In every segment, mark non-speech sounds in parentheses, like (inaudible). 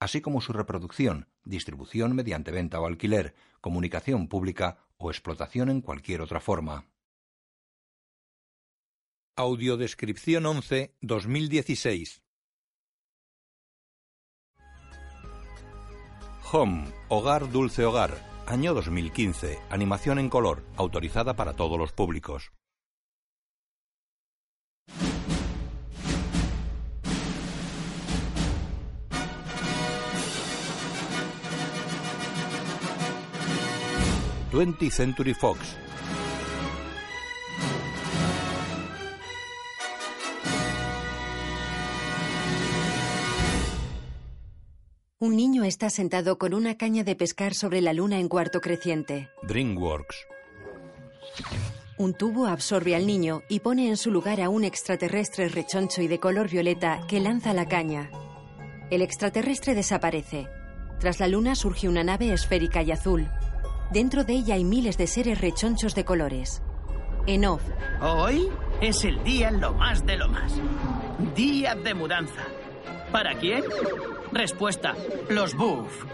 así como su reproducción, distribución mediante venta o alquiler, comunicación pública o explotación en cualquier otra forma. Audiodescripción 11 2016 Home, Hogar Dulce Hogar, año 2015, animación en color, autorizada para todos los públicos. Twenty Century Fox. Un niño está sentado con una caña de pescar sobre la luna en cuarto creciente. DreamWorks. Un tubo absorbe al niño y pone en su lugar a un extraterrestre rechoncho y de color violeta que lanza la caña. El extraterrestre desaparece. Tras la luna surge una nave esférica y azul. Dentro de ella hay miles de seres rechonchos de colores. En off, Hoy es el día lo más de lo más. Día de mudanza. ¿Para quién? Respuesta, los buff.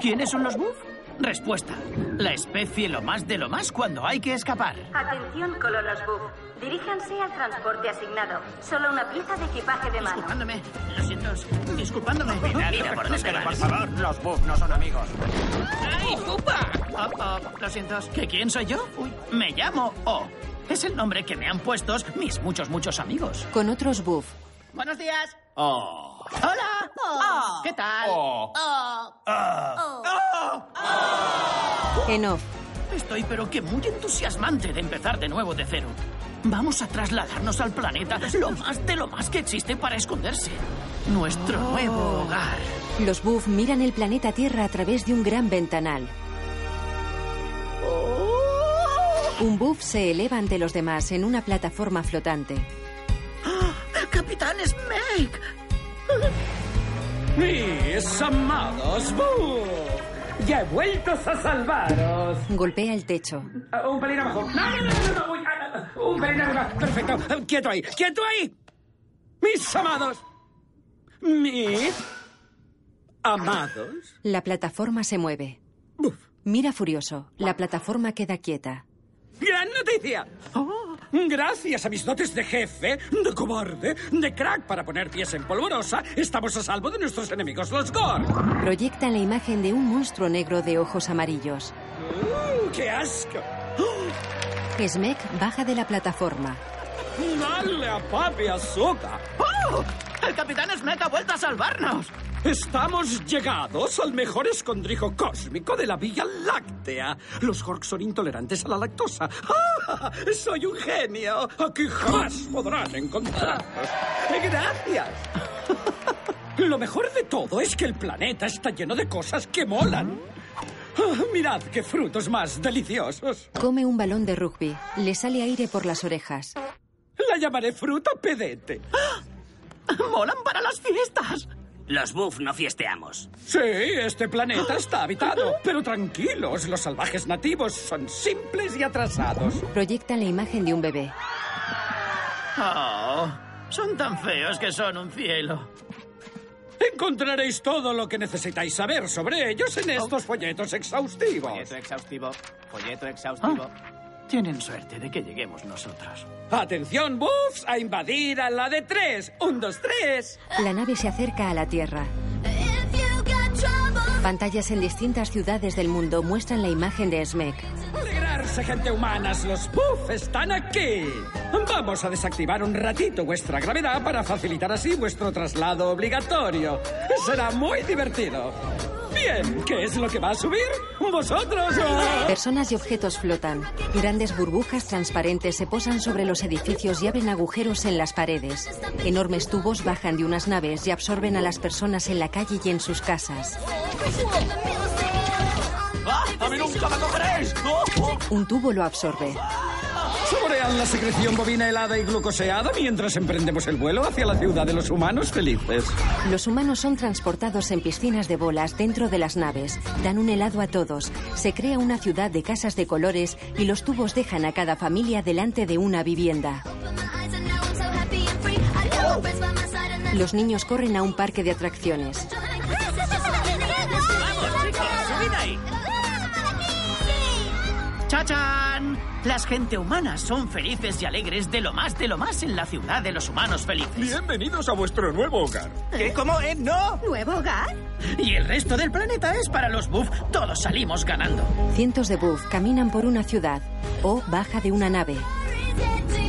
¿Quiénes son los buff? Respuesta, la especie lo más de lo más cuando hay que escapar. Atención, colonos Buff. Diríjanse al transporte asignado. Solo una pieza de equipaje de mano. Disculpándome, lo siento, disculpándome. Mira por dónde vas. favor, los buff no son amigos. ¡Ay, pupa! Oh, oh, lo siento. ¿Que quién soy yo? Uy, me llamo O. Es el nombre que me han puesto mis muchos, muchos amigos. con otros buff. Buenos días. Hola. ¿Qué tal? En off, Estoy pero que muy entusiasmante de empezar de nuevo de cero. Vamos a trasladarnos al planeta, lo más de lo más que existe para esconderse. Nuestro Oh. nuevo hogar. los buff miran el planeta Tierra a través de un gran ventanal. Un buff se eleva ante los demás en una plataforma flotante. ¡El capitán Smeg! Mis amados Boo, ya he vuelto a salvaros. Golpea el techo. Ah, un pelín abajo. No, no, no, no, no, uy, ah, ah, un pelín arriba. Perfecto. Ah, Quieto ahí, quieto ahí. Mis amados. Mis amados. La plataforma se mueve. Mira furioso. La plataforma queda quieta. ¡Gran noticia! Oh, gracias a mis dotes de jefe, de cobarde, de crack para poner pies en polvorosa, estamos a salvo de nuestros enemigos, los Gorg. Proyectan la imagen de un monstruo negro de ojos amarillos. ¡Uh, ¡Qué asco! Oh, Smek baja de la plataforma. ¡Dale a papi azúcar! ¡Oh! ¡El capitán Smeg ha vuelto a salvarnos! Estamos llegados al mejor escondrijo cósmico de la Vía Láctea. Los Gorg son intolerantes a la lactosa. ¡Ah! ¡Soy un genio! Aquí jamás podrán encontrarnos. ¡Gracias! (laughs) Lo mejor de todo es que el planeta está lleno de cosas que molan. Ah, Mirad qué frutos más deliciosos. Come un balón de rugby. Le sale aire por las orejas. La llamaré fruta pedete. ¡Ah! ¡Molan para las fiestas! Los buff no fiesteamos. Sí, este planeta está habitado. Pero tranquilos, los salvajes nativos son simples y atrasados. Proyectan la imagen de un bebé. ¡Oh! Son tan feos que son un cielo. Encontraréis todo lo que necesitáis saber sobre ellos en estos folletos exhaustivos. exhaustivo. Folleto exhaustivo. Ah. Tienen suerte de que lleguemos nosotros. Atención, buffs, a invadir a la de tres. Un, dos, tres. La nave se acerca a la Tierra. Pantallas en distintas ciudades del mundo muestran la imagen de Smek. Alegrarse, gente humanas. Los buffs están aquí. Vamos a desactivar un ratito vuestra gravedad para facilitar así vuestro traslado obligatorio. Será muy divertido. Bien, ¿qué es lo que va a subir? ¡Vosotros! ¡Ah! Personas y objetos flotan. Grandes burbujas transparentes se posan sobre los edificios y abren agujeros en las paredes. Enormes tubos bajan de unas naves y absorben a las personas en la calle y en sus casas. ¡Ah! mí nunca me cogeréis! ¡Oh, oh! Un tubo lo absorbe. Saborean la secreción bovina helada y glucoseada mientras emprendemos el vuelo hacia la ciudad de los humanos felices. Los humanos son transportados en piscinas de bolas dentro de las naves. Dan un helado a todos. Se crea una ciudad de casas de colores y los tubos dejan a cada familia delante de una vivienda. Los niños corren a un parque de atracciones. ¡Vamos, chicos! ¡Subid ahí! ¡Chachán! Las gente humanas son felices y alegres de lo más de lo más en la ciudad de los humanos felices. Bienvenidos a vuestro nuevo hogar. ¿Qué? ¿Cómo? ¿Eh? ¡No! ¿Nuevo hogar? Y el resto del planeta es para los buff. Todos salimos ganando. Cientos de buff caminan por una ciudad o baja de una nave.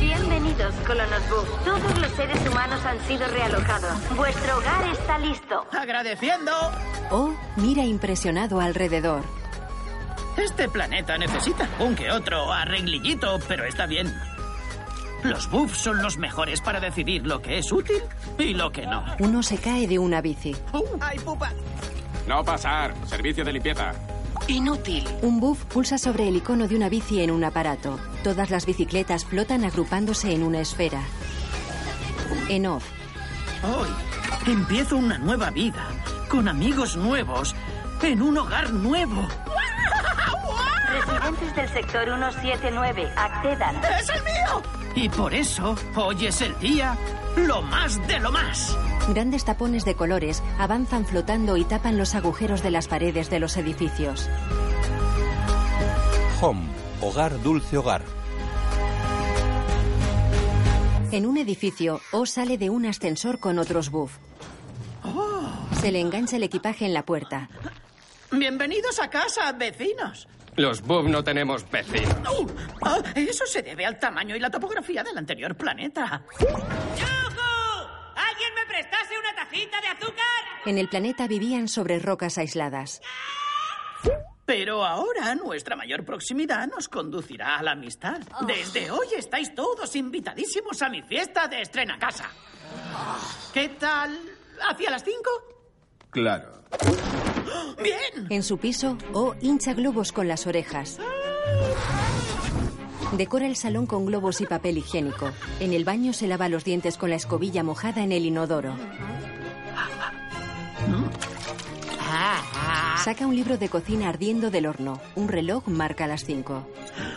Bienvenidos, colonos Buff. Todos los seres humanos han sido realojados. Vuestro hogar está listo. Agradeciendo. O mira impresionado alrededor. Este planeta necesita un que otro arreglillito, pero está bien. Los buffs son los mejores para decidir lo que es útil y lo que no. Uno se cae de una bici. Uh, ¡Ay, pupa! No pasar. Servicio de limpieza. Inútil. Un buff pulsa sobre el icono de una bici en un aparato. Todas las bicicletas flotan agrupándose en una esfera. En off, Hoy empiezo una nueva vida, con amigos nuevos, en un hogar nuevo. Residentes del sector 179, accedan. ¡Es el mío! Y por eso, hoy es el día, lo más de lo más. grandes tapones de colores avanzan flotando y tapan los agujeros de las paredes de los edificios. Home, hogar, dulce hogar. En un edificio, O sale de un ascensor con otros buff. Se le engancha el equipaje en la puerta. Bienvenidos a casa, vecinos. Los Bub no tenemos vecinos. ¡Oh! Ah, eso se debe al tamaño y la topografía del anterior planeta. ¿Alguien me prestase una tacita de azúcar? En el planeta vivían sobre rocas aisladas. Pero ahora nuestra mayor proximidad nos conducirá a la amistad. Oh. Desde hoy estáis todos invitadísimos a mi fiesta de estrena casa. ¿Qué tal? ¿Hacia las cinco? ¡Oh, Claro. ¡Bien! En su piso, O hincha globos con las orejas. Decora el salón con globos y papel higiénico. En el baño se lava los dientes con la escobilla mojada en el inodoro. Saca un libro de cocina ardiendo del horno. Un reloj marca las 5.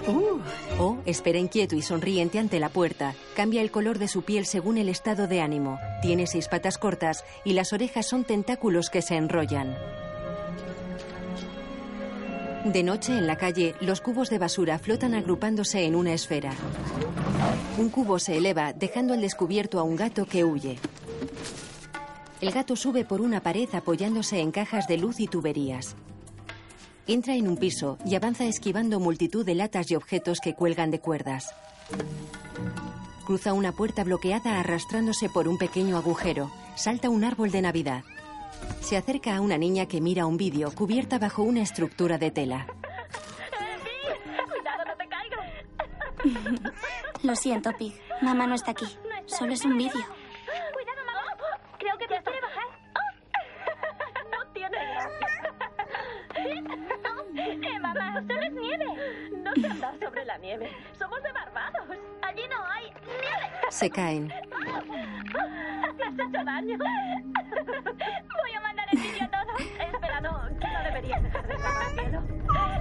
Uh, O espera inquieto y sonriente ante la puerta. Cambia el color de su piel según el estado de ánimo. Tiene seis patas cortas y las orejas son tentáculos que se enrollan. De noche en la calle, los cubos de basura flotan agrupándose en una esfera. Un cubo se eleva, dejando al descubierto a un gato que huye. El gato sube por una pared apoyándose en cajas de luz y tuberías. Entra en un piso y avanza esquivando multitud de latas y objetos que cuelgan de cuerdas. Cruza una puerta bloqueada arrastrándose por un pequeño agujero. Salta un árbol de Navidad. Se acerca a una niña que mira un vídeo cubierta bajo una estructura de tela. Lo siento, Pig. Mamá no está aquí. Solo es un vídeo. Cuidado, mamá. Creo que te quiere bajar. No tiene. ¡Eh, mamá! ¡Solo es nieve! No te andas sobre la nieve. Somos de Barbados. Allí no hay nieve. Se caen. ¡Me has hecho daño! Voy a mandar el vídeo a todos. Espera, no. Que no deberías dejar de estar tan miedo.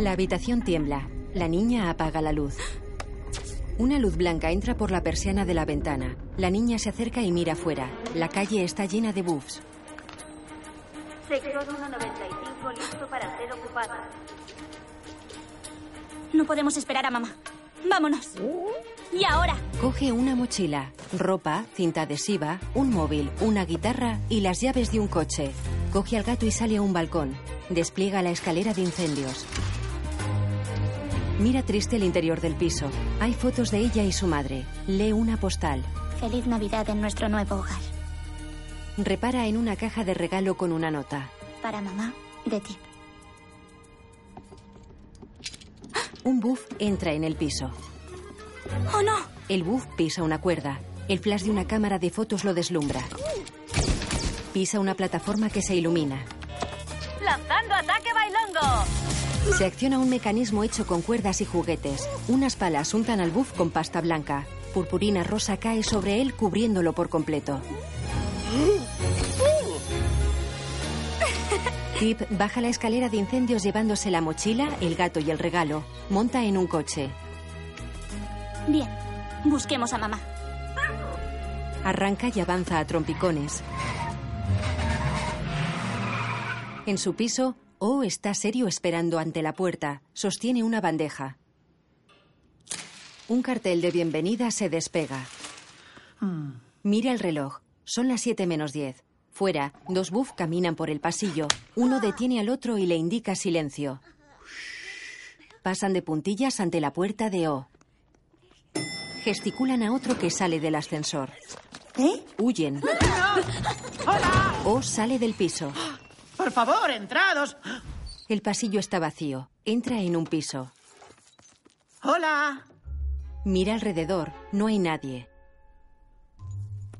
La habitación tiembla. La niña apaga la luz. Una luz blanca entra por la persiana de la ventana. La niña se acerca y mira fuera. La calle está llena de buffs. Sector 195 listo para ser ocupado. No podemos esperar a mamá. Vámonos. Y ahora. Coge una mochila, ropa, cinta adhesiva, un móvil, una guitarra y las llaves de un coche. Coge al gato y sale a un balcón. Despliega la escalera de incendios. Mira triste el interior del piso. Hay fotos de ella y su madre. Lee una postal. Feliz Navidad en nuestro nuevo hogar. Repara en una caja de regalo con una nota. Para mamá, de ti. Un buff entra en el piso. ¡Oh, no! El buff pisa una cuerda. El flash de una cámara de fotos lo deslumbra. Pisa una plataforma que se ilumina. Lanzando ataque bailongo. Se acciona un mecanismo hecho con cuerdas y juguetes. Unas palas untan al buff con pasta blanca. Purpurina rosa cae sobre él cubriéndolo por completo. Tip baja la escalera de incendios llevándose la mochila, el gato y el regalo. Monta en un coche. Bien, busquemos a mamá. Arranca y avanza a trompicones. En su piso, O está serio esperando ante la puerta. Sostiene una bandeja. Un cartel de bienvenida se despega. Mira el reloj. Son las 7 menos 10. Fuera, dos buff caminan por el pasillo. Uno detiene al otro y le indica silencio. Pasan de puntillas ante la puerta de O. Gesticulan a otro que sale del ascensor. ¿Eh? Huyen. ¡Hola! O sale del piso. Por favor, entrados. El pasillo está vacío. Entra en un piso. Hola. Mira alrededor. No hay nadie.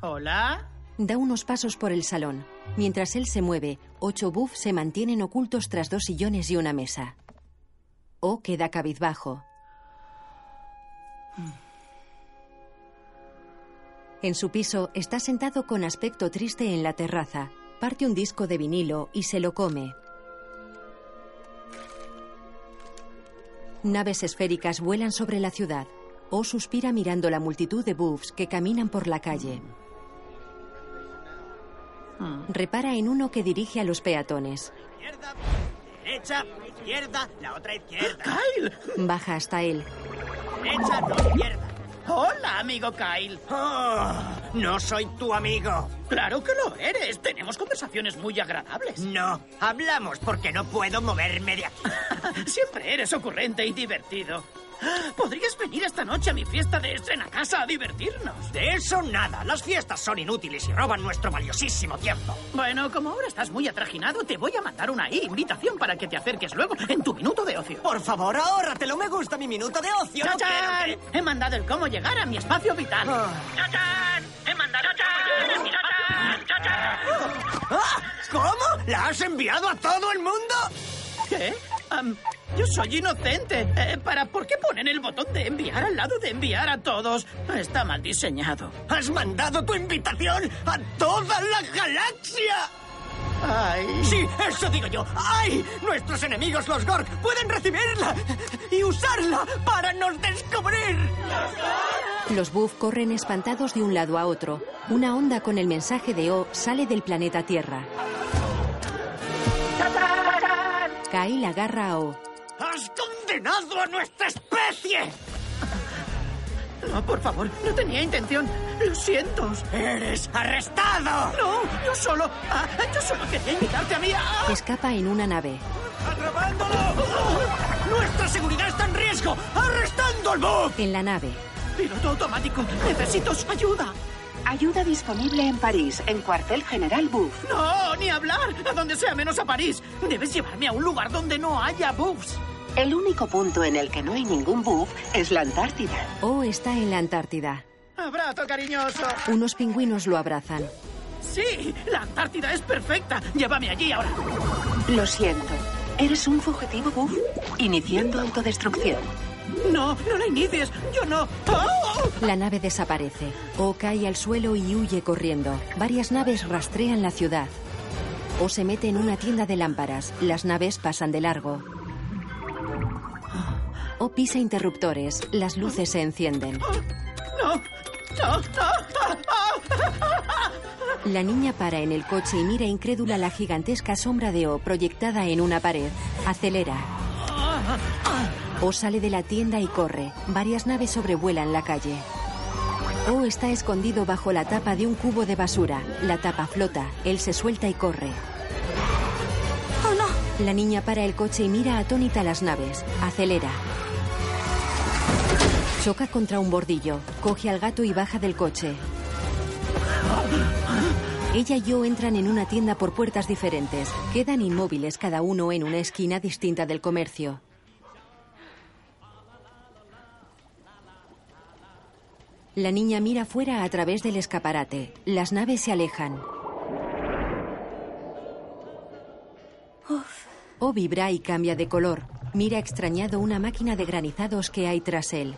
Hola. Da unos pasos por el salón. Mientras él se mueve, ocho buff se mantienen ocultos tras dos sillones y una mesa. O queda cabizbajo. En su piso está sentado con aspecto triste en la terraza. Parte un disco de vinilo y se lo come. Naves esféricas vuelan sobre la ciudad. O suspira mirando la multitud de buffs que caminan por la calle. Repara en uno que dirige a los peatones. Izquierda, derecha, izquierda, la otra izquierda. ¡Kyle! Baja hasta él. Derecha, no izquierda. Hola, amigo Kyle. Oh, no soy tu amigo. Claro que lo eres. Tenemos conversaciones muy agradables. Mm. No, hablamos porque no puedo moverme de aquí. (laughs) Siempre eres ocurrente y divertido. ¿Podrías venir esta noche a mi fiesta de estrena casa a divertirnos? De eso nada. Las fiestas son inútiles y roban nuestro valiosísimo tiempo. Bueno, como ahora estás muy atrajinado, te voy a mandar una invitación para que te acerques luego en tu minuto de ocio. Por favor, ahórratelo. Me gusta mi minuto de ocio. No ¡Chachán! quiero He mandado el cómo llegar a mi espacio vital. Ah. ¡Chachán! He mandado el cómo llegar a mi espacio- ¡Chachán! que- ¡Ah! ¿Cómo? ¿La has enviado a todo el mundo? ¿Qué? Am, yo soy inocente. Eh, ¿Para por qué ponen el botón de enviar al lado de enviar a todos? Está mal diseñado. ¡Has mandado tu invitación a toda la galaxia! Ay. Sí, eso digo yo. ¡Ay! Nuestros enemigos, los Gorg, pueden recibirla y usarla para nos descubrir. Los buff corren espantados de un lado a otro. Una onda con el mensaje de O sale del planeta Tierra. Kyle agarra a O. ¡Has condenado a nuestra especie! No, por favor, no tenía intención. Lo siento. ¡Eres arrestado! No, yo solo. ah, yo solo quería invitarte a mí. ah. Escapa en una nave. ¡Atrapándolo! ¡Nuestra seguridad está en riesgo! ¡Arrestando al Bug! En la nave. Piloto automático, necesito su ayuda. Ayuda disponible en París, en cuartel general Buff. No, ni hablar. A donde sea menos a París. Debes llevarme a un lugar donde no haya bugs. El único punto en el que no hay ningún Buff es la Antártida. O está en la Antártida. Abrazo cariñoso. Unos pingüinos lo abrazan. Sí, la Antártida es perfecta. Llévame allí ahora. Lo siento. Eres un fugitivo Buff, iniciando autodestrucción. No, no la inicies. Yo no. ¡Oh! La nave desaparece. O cae al suelo y huye corriendo. Varias naves rastrean la ciudad. O se mete en una tienda de lámparas. Las naves pasan de largo. O pisa interruptores. Las luces se encienden. No, no, no. La niña para en el coche y mira incrédula la gigantesca sombra de O proyectada en una pared. Acelera. O sale de la tienda y corre. Varias naves sobrevuelan la calle. O está escondido bajo la tapa de un cubo de basura. La tapa flota. Él se suelta y corre. ¡Oh, no! La niña para el coche y mira atónita las naves. Acelera. Choca contra un bordillo. Coge al gato y baja del coche. Ella y yo entran en una tienda por puertas diferentes. Quedan inmóviles cada uno en una esquina distinta del comercio. La niña mira fuera a través del escaparate. Las naves se alejan. O vibra y cambia de color. Mira extrañado una máquina de granizados que hay tras él.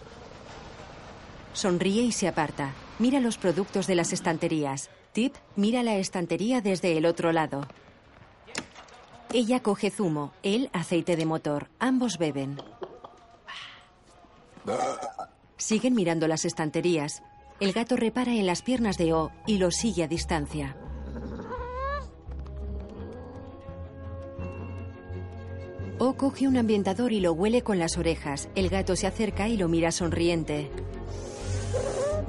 Sonríe y se aparta. Mira los productos de las estanterías. Tip mira la estantería desde el otro lado. Ella coge zumo, él aceite de motor. Ambos beben. Siguen mirando las estanterías. El gato repara en las piernas de O y lo sigue a distancia. O coge un ambientador y lo huele con las orejas. El gato se acerca y lo mira sonriente.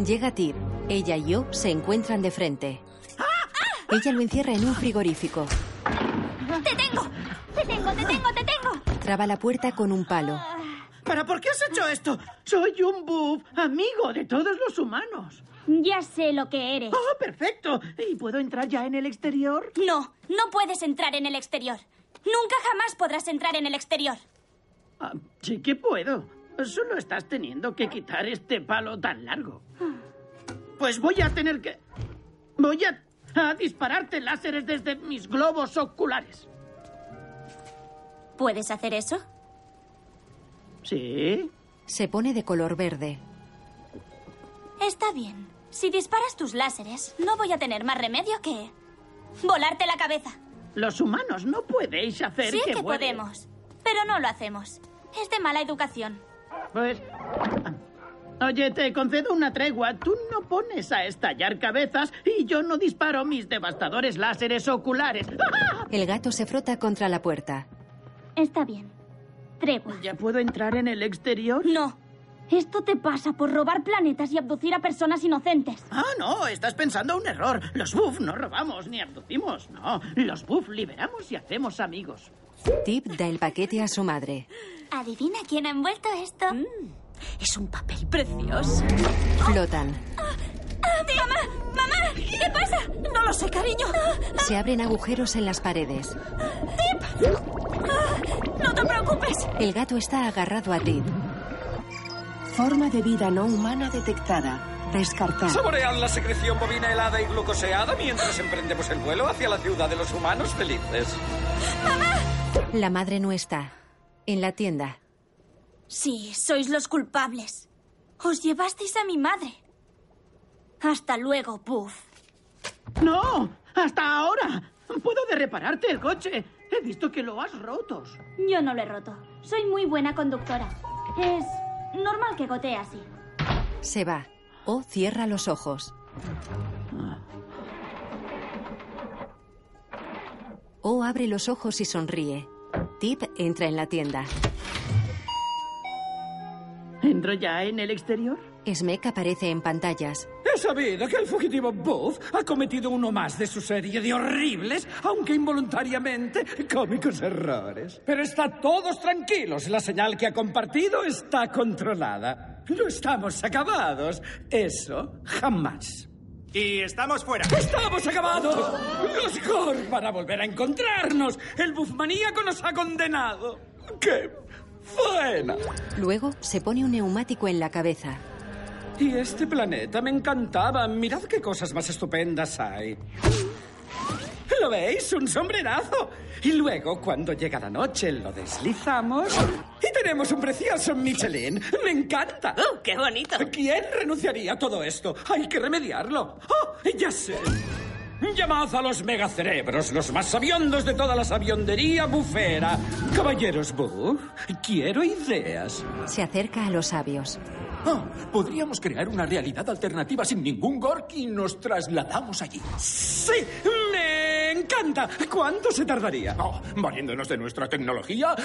Llega Tip. Ella y O se encuentran de frente. Ella lo encierra en un frigorífico. ¡Te tengo! ¡Te tengo, te tengo, te tengo! Traba la puerta con un palo. ¿Pero por qué has hecho esto? Soy un bub, amigo de todos los humanos. Ya sé lo que eres. ¡Oh, perfecto! ¿Y puedo entrar ya en el exterior? No, no puedes entrar en el exterior. Nunca jamás podrás entrar en el exterior. Ah, sí que puedo. Solo estás teniendo que quitar este palo tan largo. Pues voy a tener que... Voy a, a dispararte láseres desde mis globos oculares. ¿Puedes hacer eso? Sí. Se pone de color verde. Está bien. Si disparas tus láseres, no voy a tener más remedio que... volarte la cabeza. Los humanos no podéis hacer sí que, que vuele. podemos, pero no lo hacemos. Es de mala educación. Pues... Oye, te concedo una tregua. Tú no pones a estallar cabezas y yo no disparo mis devastadores láseres oculares. El gato se frota contra la puerta. Está bien. Tregua. (laughs) ¿Ya puedo entrar en el exterior? No. Esto te pasa por robar planetas y abducir a personas inocentes. Ah, no, estás pensando un error. Los Buff no robamos ni abducimos, no. Los Buff liberamos y hacemos amigos. Tip da el paquete a su madre. Adivina quién ha envuelto esto. Mm, es un papel precioso. Flotan. ¡Ah! ¡Ah! ¡Mamá! ¡Mamá! ¿Qué pasa? No lo sé, cariño. ¡Ah! Se abren agujeros en las paredes. ¡Tip! ¡No te preocupes! El gato está agarrado a Tip. Forma de vida no humana detectada. Descartar. Saboread la secreción bovina helada y glucoseada mientras emprendemos el vuelo hacia la ciudad de los humanos felices. ¡Mamá! La madre no está. En la tienda. Sí, sois los culpables. Os llevasteis a mi madre. Hasta luego, Puff. ¡No! ¡Hasta ahora! Puedo de repararte el coche. He visto que lo has roto. Yo no lo he roto. Soy muy buena conductora. Es Normal que gotee así. Se va. O cierra los ojos. O abre los ojos y sonríe. Tip entra en la tienda. ¿Entro ya en el exterior? Smek aparece en pantallas. He sabido que el fugitivo Buff ha cometido uno más de su serie de horribles, aunque involuntariamente, cómicos errores. Pero está todos tranquilos. La señal que ha compartido está controlada. No estamos acabados. Eso jamás. Y estamos fuera. ¡Estamos acabados! Los Gorg van a volver a encontrarnos. El bufmaníaco nos ha condenado. ¡Qué faena! Luego se pone un neumático en la cabeza. Y este planeta me encantaba. Mirad qué cosas más estupendas hay. ¿Lo veis? Un sombrerazo. Y luego, cuando llega la noche, lo deslizamos y tenemos un precioso Michelin. ¡Me encanta! ¡Oh, qué bonito! ¿Quién renunciaría a todo esto? Hay que remediarlo. ¡Oh, ya sé! Llamad a los megacerebros, los más sabiondos de toda la sabiondería bufera. Caballeros Buff, quiero ideas. Se acerca a los sabios. Oh, podríamos crear una realidad alternativa sin ningún Gork y nos trasladamos allí. ¡Sí! ¡Me encanta! ¿Cuánto se tardaría? Oh, valiéndonos de nuestra tecnología.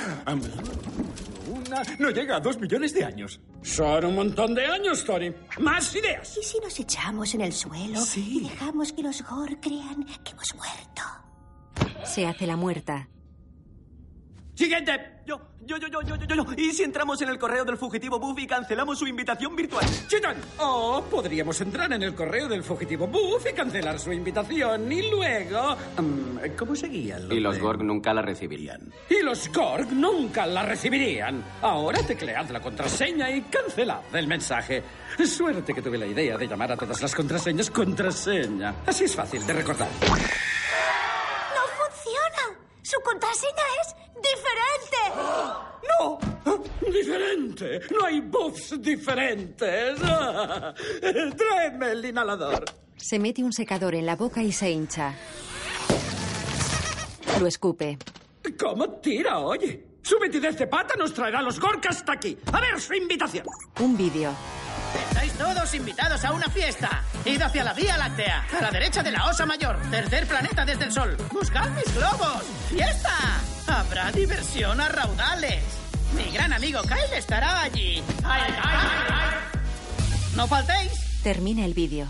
Una. No llega a dos millones de años. Son un montón de años, Tony. ¡Más ideas! ¿Y si nos echamos en el suelo sí. y dejamos que los Gork crean que hemos muerto? Se hace la muerta. ¡Siguiente! Yo, yo, yo, yo, yo, yo, yo. ¿Y si entramos en el correo del fugitivo Buff y cancelamos su invitación virtual? ¡Chitan! Oh, podríamos entrar en el correo del fugitivo Buff y cancelar su invitación. Y luego. mm, ¿Cómo seguían los.? Y los Gorg nunca la recibirían. Y los Gorg nunca la recibirían. Ahora teclead la contraseña y cancelad el mensaje. Suerte que tuve la idea de llamar a todas las contraseñas contraseña. Así es fácil de recordar. ¡No funciona! Su contraseña es diferente. ¡No! diferente. No hay buffs diferentes. Tráeme el inhalador. Se mete un secador en la boca y se hincha. Lo escupe. ¿Cómo tira, oye? Su metidez de pata nos traerá los gorcas hasta aquí. A ver su invitación. Un vídeo. Estáis todos invitados a una fiesta. Id hacia la Vía Láctea, a la derecha de la Osa Mayor, tercer planeta desde el Sol. Buscad mis globos. ¡Fiesta! Habrá diversión a raudales. Mi gran amigo Kyle estará allí. ¡Ay, ay, ay, ay! no faltéis! Termina el vídeo.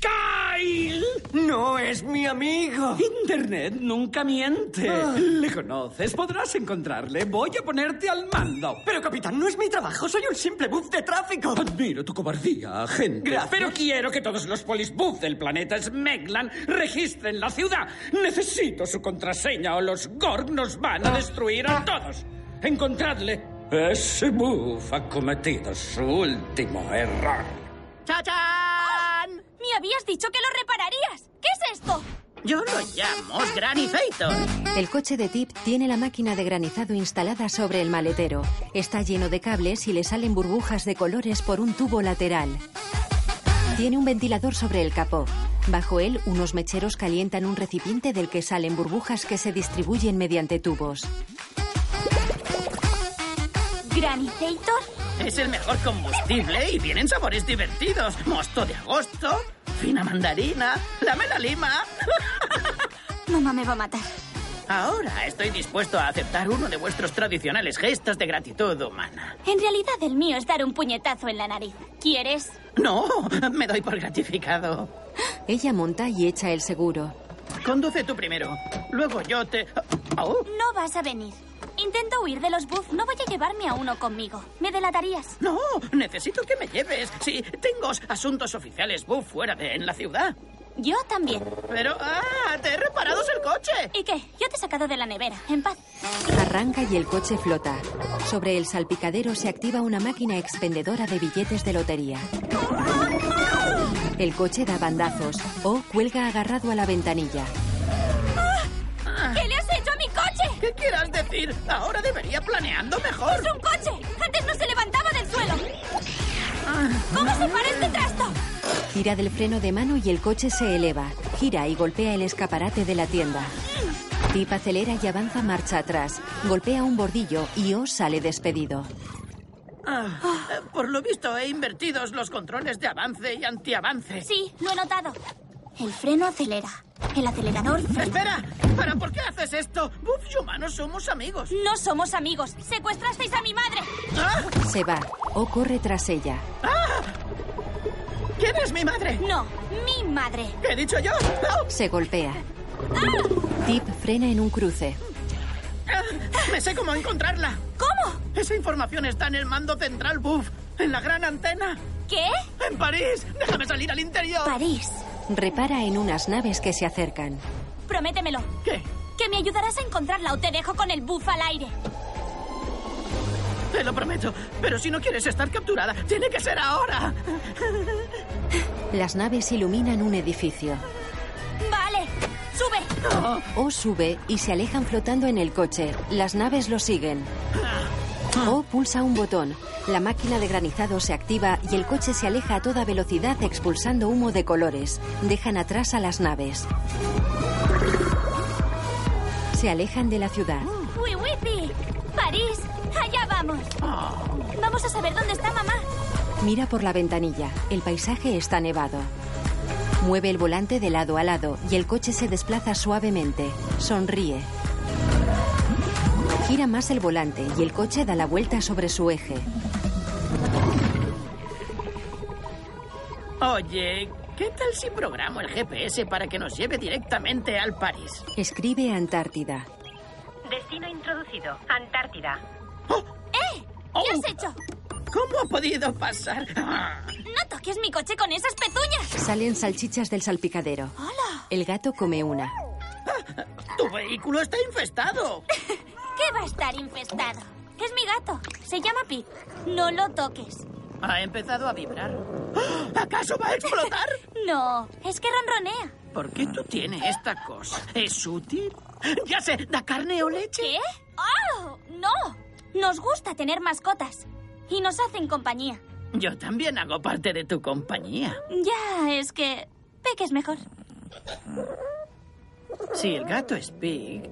¡Kyle! No es mi amigo. Internet nunca miente. Le conoces, podrás encontrarle. Voy a ponerte al mando. Pero, capitán, no es mi trabajo. Soy un simple buff de tráfico. Admiro tu cobardía, agente. Gracias. Pero quiero que todos los polis buff del planeta Smeglan registren la ciudad. Necesito su contraseña o los Gorg nos van a destruir a todos. Encontradle. Ese buff ha cometido su último error. ¡Chachán! Me habías dicho que lo repararías. ¿Qué es esto? Yo lo llamo granifeito. El coche de Tip tiene la máquina de granizado instalada sobre el maletero. Está lleno de cables y le salen burbujas de colores por un tubo lateral. Tiene un ventilador sobre el capó. Bajo él, unos mecheros calientan un recipiente del que salen burbujas que se distribuyen mediante tubos. ¿Granizator? Es el mejor combustible y vienen sabores divertidos. Mosto de agosto, fina mandarina, la lima. Mamá me va a matar. Ahora estoy dispuesto a aceptar uno de vuestros tradicionales gestos de gratitud humana. En realidad el mío es dar un puñetazo en la nariz. ¿Quieres? No, me doy por gratificado. Ella monta y echa el seguro. Conduce tú primero. Luego yo te... Oh. No vas a venir. Intento huir de los buff. No voy a llevarme a uno conmigo. Me delatarías. No, necesito que me lleves. Sí, tengo asuntos oficiales buff fuera de en la ciudad. Yo también. Pero, ah, te he reparado el coche. ¿Y qué? Yo te he sacado de la nevera. En paz. Arranca y el coche flota. Sobre el salpicadero se activa una máquina expendedora de billetes de lotería. El coche da bandazos. O cuelga agarrado a la ventanilla. ¿Qué le has hecho a mi coche? ¿Qué quieras decir? Ahora debería planeando mejor. ¡Es un coche! Antes no se levantaba del suelo. ¿Cómo se para este trasto? Tira del freno de mano y el coche se eleva. Gira y golpea el escaparate de la tienda. Tip acelera y avanza marcha atrás. Golpea un bordillo y O sale despedido. Ah, por lo visto he invertido los controles de avance y antiavance. Sí, lo he notado. El freno acelera. El acelerador. ¡Espera! ¿Para por qué haces esto? Buff y humanos somos amigos. No somos amigos. Secuestrasteis a mi madre. ¡Ah! Se va. O corre tras ella. ¡Ah! ¿Quién es mi madre? No, mi madre. ¿Qué he dicho yo? ¡Oh! Se golpea. ¡Ah! Tip frena en un cruce. Ah, Me sé cómo encontrarla. ¿Cómo? Esa información está en el mando central Buff, en la gran antena. ¿Qué? En París. Déjame salir al interior. París repara en unas naves que se acercan. Prométemelo. ¿Qué? Que me ayudarás a encontrarla o te dejo con el buff al aire. Te lo prometo, pero si no quieres estar capturada, tiene que ser ahora. Las naves iluminan un edificio. Vale, sube. No. O sube y se alejan flotando en el coche. Las naves lo siguen. O pulsa un botón. La máquina de granizado se activa y el coche se aleja a toda velocidad expulsando humo de colores. Dejan atrás a las naves. Se alejan de la ciudad. ¡Uy, uy, ¡París! ¡Allá vamos! Vamos a saber dónde está mamá. Mira por la ventanilla. El paisaje está nevado. Mueve el volante de lado a lado y el coche se desplaza suavemente. Sonríe. Gira más el volante y el coche da la vuelta sobre su eje. Oye, ¿qué tal si programo el GPS para que nos lleve directamente al París? Escribe Antártida. Destino introducido, Antártida. ¡Oh! ¡Eh! ¿Qué ¡Oh! has hecho? ¿Cómo ha podido pasar? ¡Ah! No toques mi coche con esas pezuñas. Salen salchichas del salpicadero. ¡Hola! El gato come una. ¡Ah! ¡Tu vehículo está infestado! ¿Qué va a estar infestado? Es mi gato. Se llama Pig. No lo toques. Ha empezado a vibrar. ¡Ah! ¿Acaso va a explotar? no, es que ronronea. (laughs) ¿Por qué tú tienes esta cosa? ¿Es útil? Ya sé, ¿da carne o leche? ¿Qué? ¡Oh! ¡No! Nos gusta tener mascotas. Y nos hacen compañía. Yo también hago parte de tu compañía. Ya, es que... Peque es mejor. Si el gato es Pig,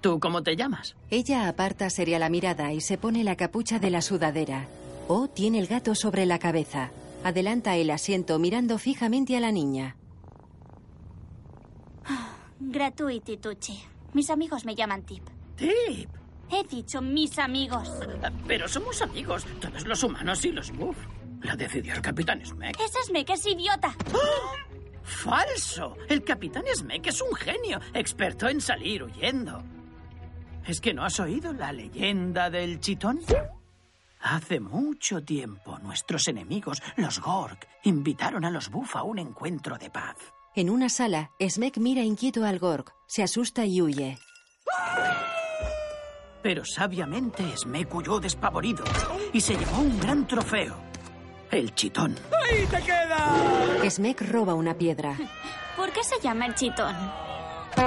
¿tú cómo te llamas? Ella aparta seria la mirada y se pone la capucha de la sudadera. O tiene el gato sobre la cabeza. Adelanta el asiento mirando fijamente a la niña. Gratuity, Tucci. Mis amigos me llaman Tip. Tip. He dicho mis amigos. Pero somos amigos, todos los humanos y los Buff. La decidió el capitán Smek. Ese es que es idiota. ¡Falso! El capitán Smek es un genio, experto en salir huyendo. ¿Es que no has oído la leyenda del chitón? Hace mucho tiempo, nuestros enemigos, los Gork, invitaron a los Buff a un encuentro de paz. En una sala, Smek mira inquieto al Gorg, se asusta y huye. Pero sabiamente Smek huyó despavorido y se llevó un gran trofeo. El chitón. ¡Ahí te queda! Smek roba una piedra. ¿Por qué se llama el chitón?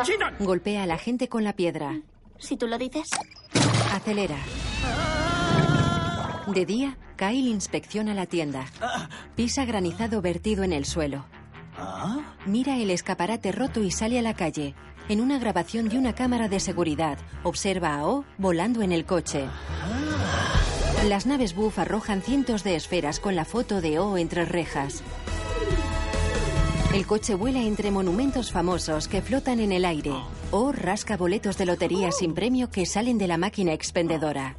¡Chitón! Golpea a la gente con la piedra. Si tú lo dices. Acelera. De día, Kyle inspecciona la tienda. Pisa granizado vertido en el suelo. Mira el escaparate roto y sale a la calle. En una grabación de una cámara de seguridad, observa a O volando en el coche. Las naves Buff arrojan cientos de esferas con la foto de O entre rejas. El coche vuela entre monumentos famosos que flotan en el aire. O rasca boletos de lotería sin premio que salen de la máquina expendedora.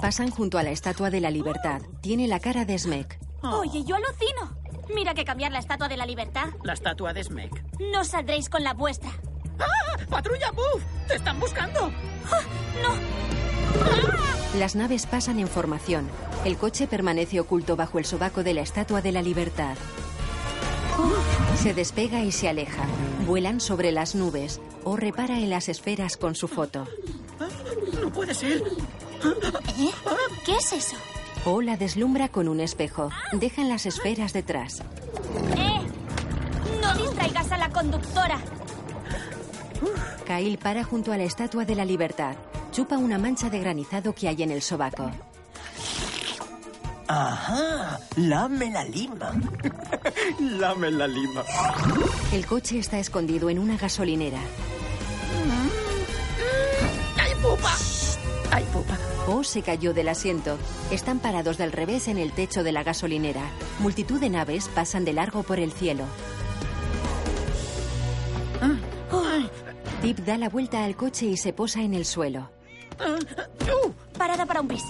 Pasan junto a la Estatua de la Libertad. Tiene la cara de Smek. Oye, yo alucino. Mira que cambiar la estatua de la libertad. La estatua de Smek. No saldréis con la vuestra. ¡Ah! ¡Patrulla Buff! ¡Te están buscando! ¡Ah! ¡No! ¡Ah! Las naves pasan en formación. El coche permanece oculto bajo el sobaco de la estatua de la libertad. Se despega y se aleja. Vuelan sobre las nubes o repara en las esferas con su foto. ¡No puede ser! ¿Eh? ¿Qué es eso? O la deslumbra con un espejo. Dejan las esferas detrás. ¡Eh! ¡No distraigas a la conductora! Kyle para junto a la estatua de la libertad. Chupa una mancha de granizado que hay en el sobaco. Ajá, lame la lima. (laughs) lame la lima. El coche está escondido en una gasolinera. ¡Ay, pupa! ¡Ay, pupa! O se cayó del asiento. Están parados del revés en el techo de la gasolinera. Multitud de naves pasan de largo por el cielo. Tip da la vuelta al coche y se posa en el suelo. Parada para un pis.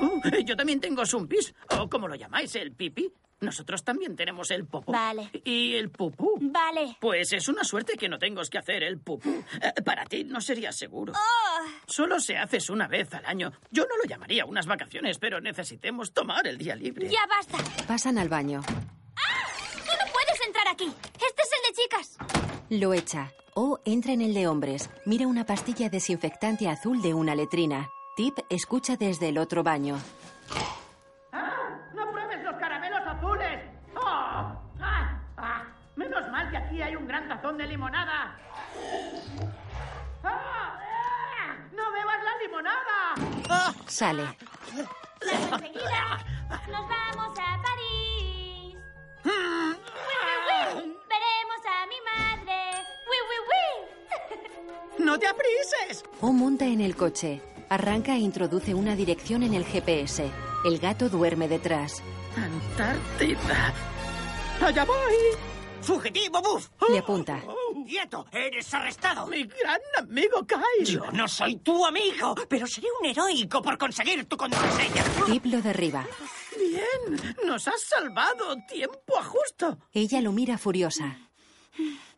Uh, yo también tengo un pis, o como lo llamáis, el pipi. Nosotros también tenemos el popó. Vale. Y el pupú. Vale. Pues es una suerte que no tengas que hacer el pupú. Eh, para ti no sería seguro. Oh. Solo se haces una vez al año. Yo no lo llamaría unas vacaciones, pero necesitemos tomar el día libre. Ya basta. Pasan al baño. ¡Ah! ¡Tú no puedes entrar aquí! ¡Este es el de chicas! Lo echa. O entra en el de hombres. Mira una pastilla desinfectante azul de una letrina. Tip escucha desde el otro baño. ¡Ah! ¡Ah! Menos mal que aquí hay un gran tazón de limonada. ¡Oh! ¡Ah! ¡No bebas la limonada! ¡Ah! Sale. Enseguida nos vamos a París. ¡Wii, wii, wii! Veremos a mi madre. ¡Wii, wii, wii! ¡No te aprises! O monta en el coche. Arranca e introduce una dirección en el GPS. El gato duerme detrás. Antártida. ¡Allá voy! ¡Fugitivo, Buff! Le apunta. Oh. ¡Quieto! ¡Eres arrestado! ¡Mi gran amigo Kyle! Yo no soy tu amigo, pero seré un heroico por conseguir tu contraseña. Tip lo derriba. ¡Bien! ¡Nos has salvado! ¡Tiempo a justo! Ella lo mira furiosa.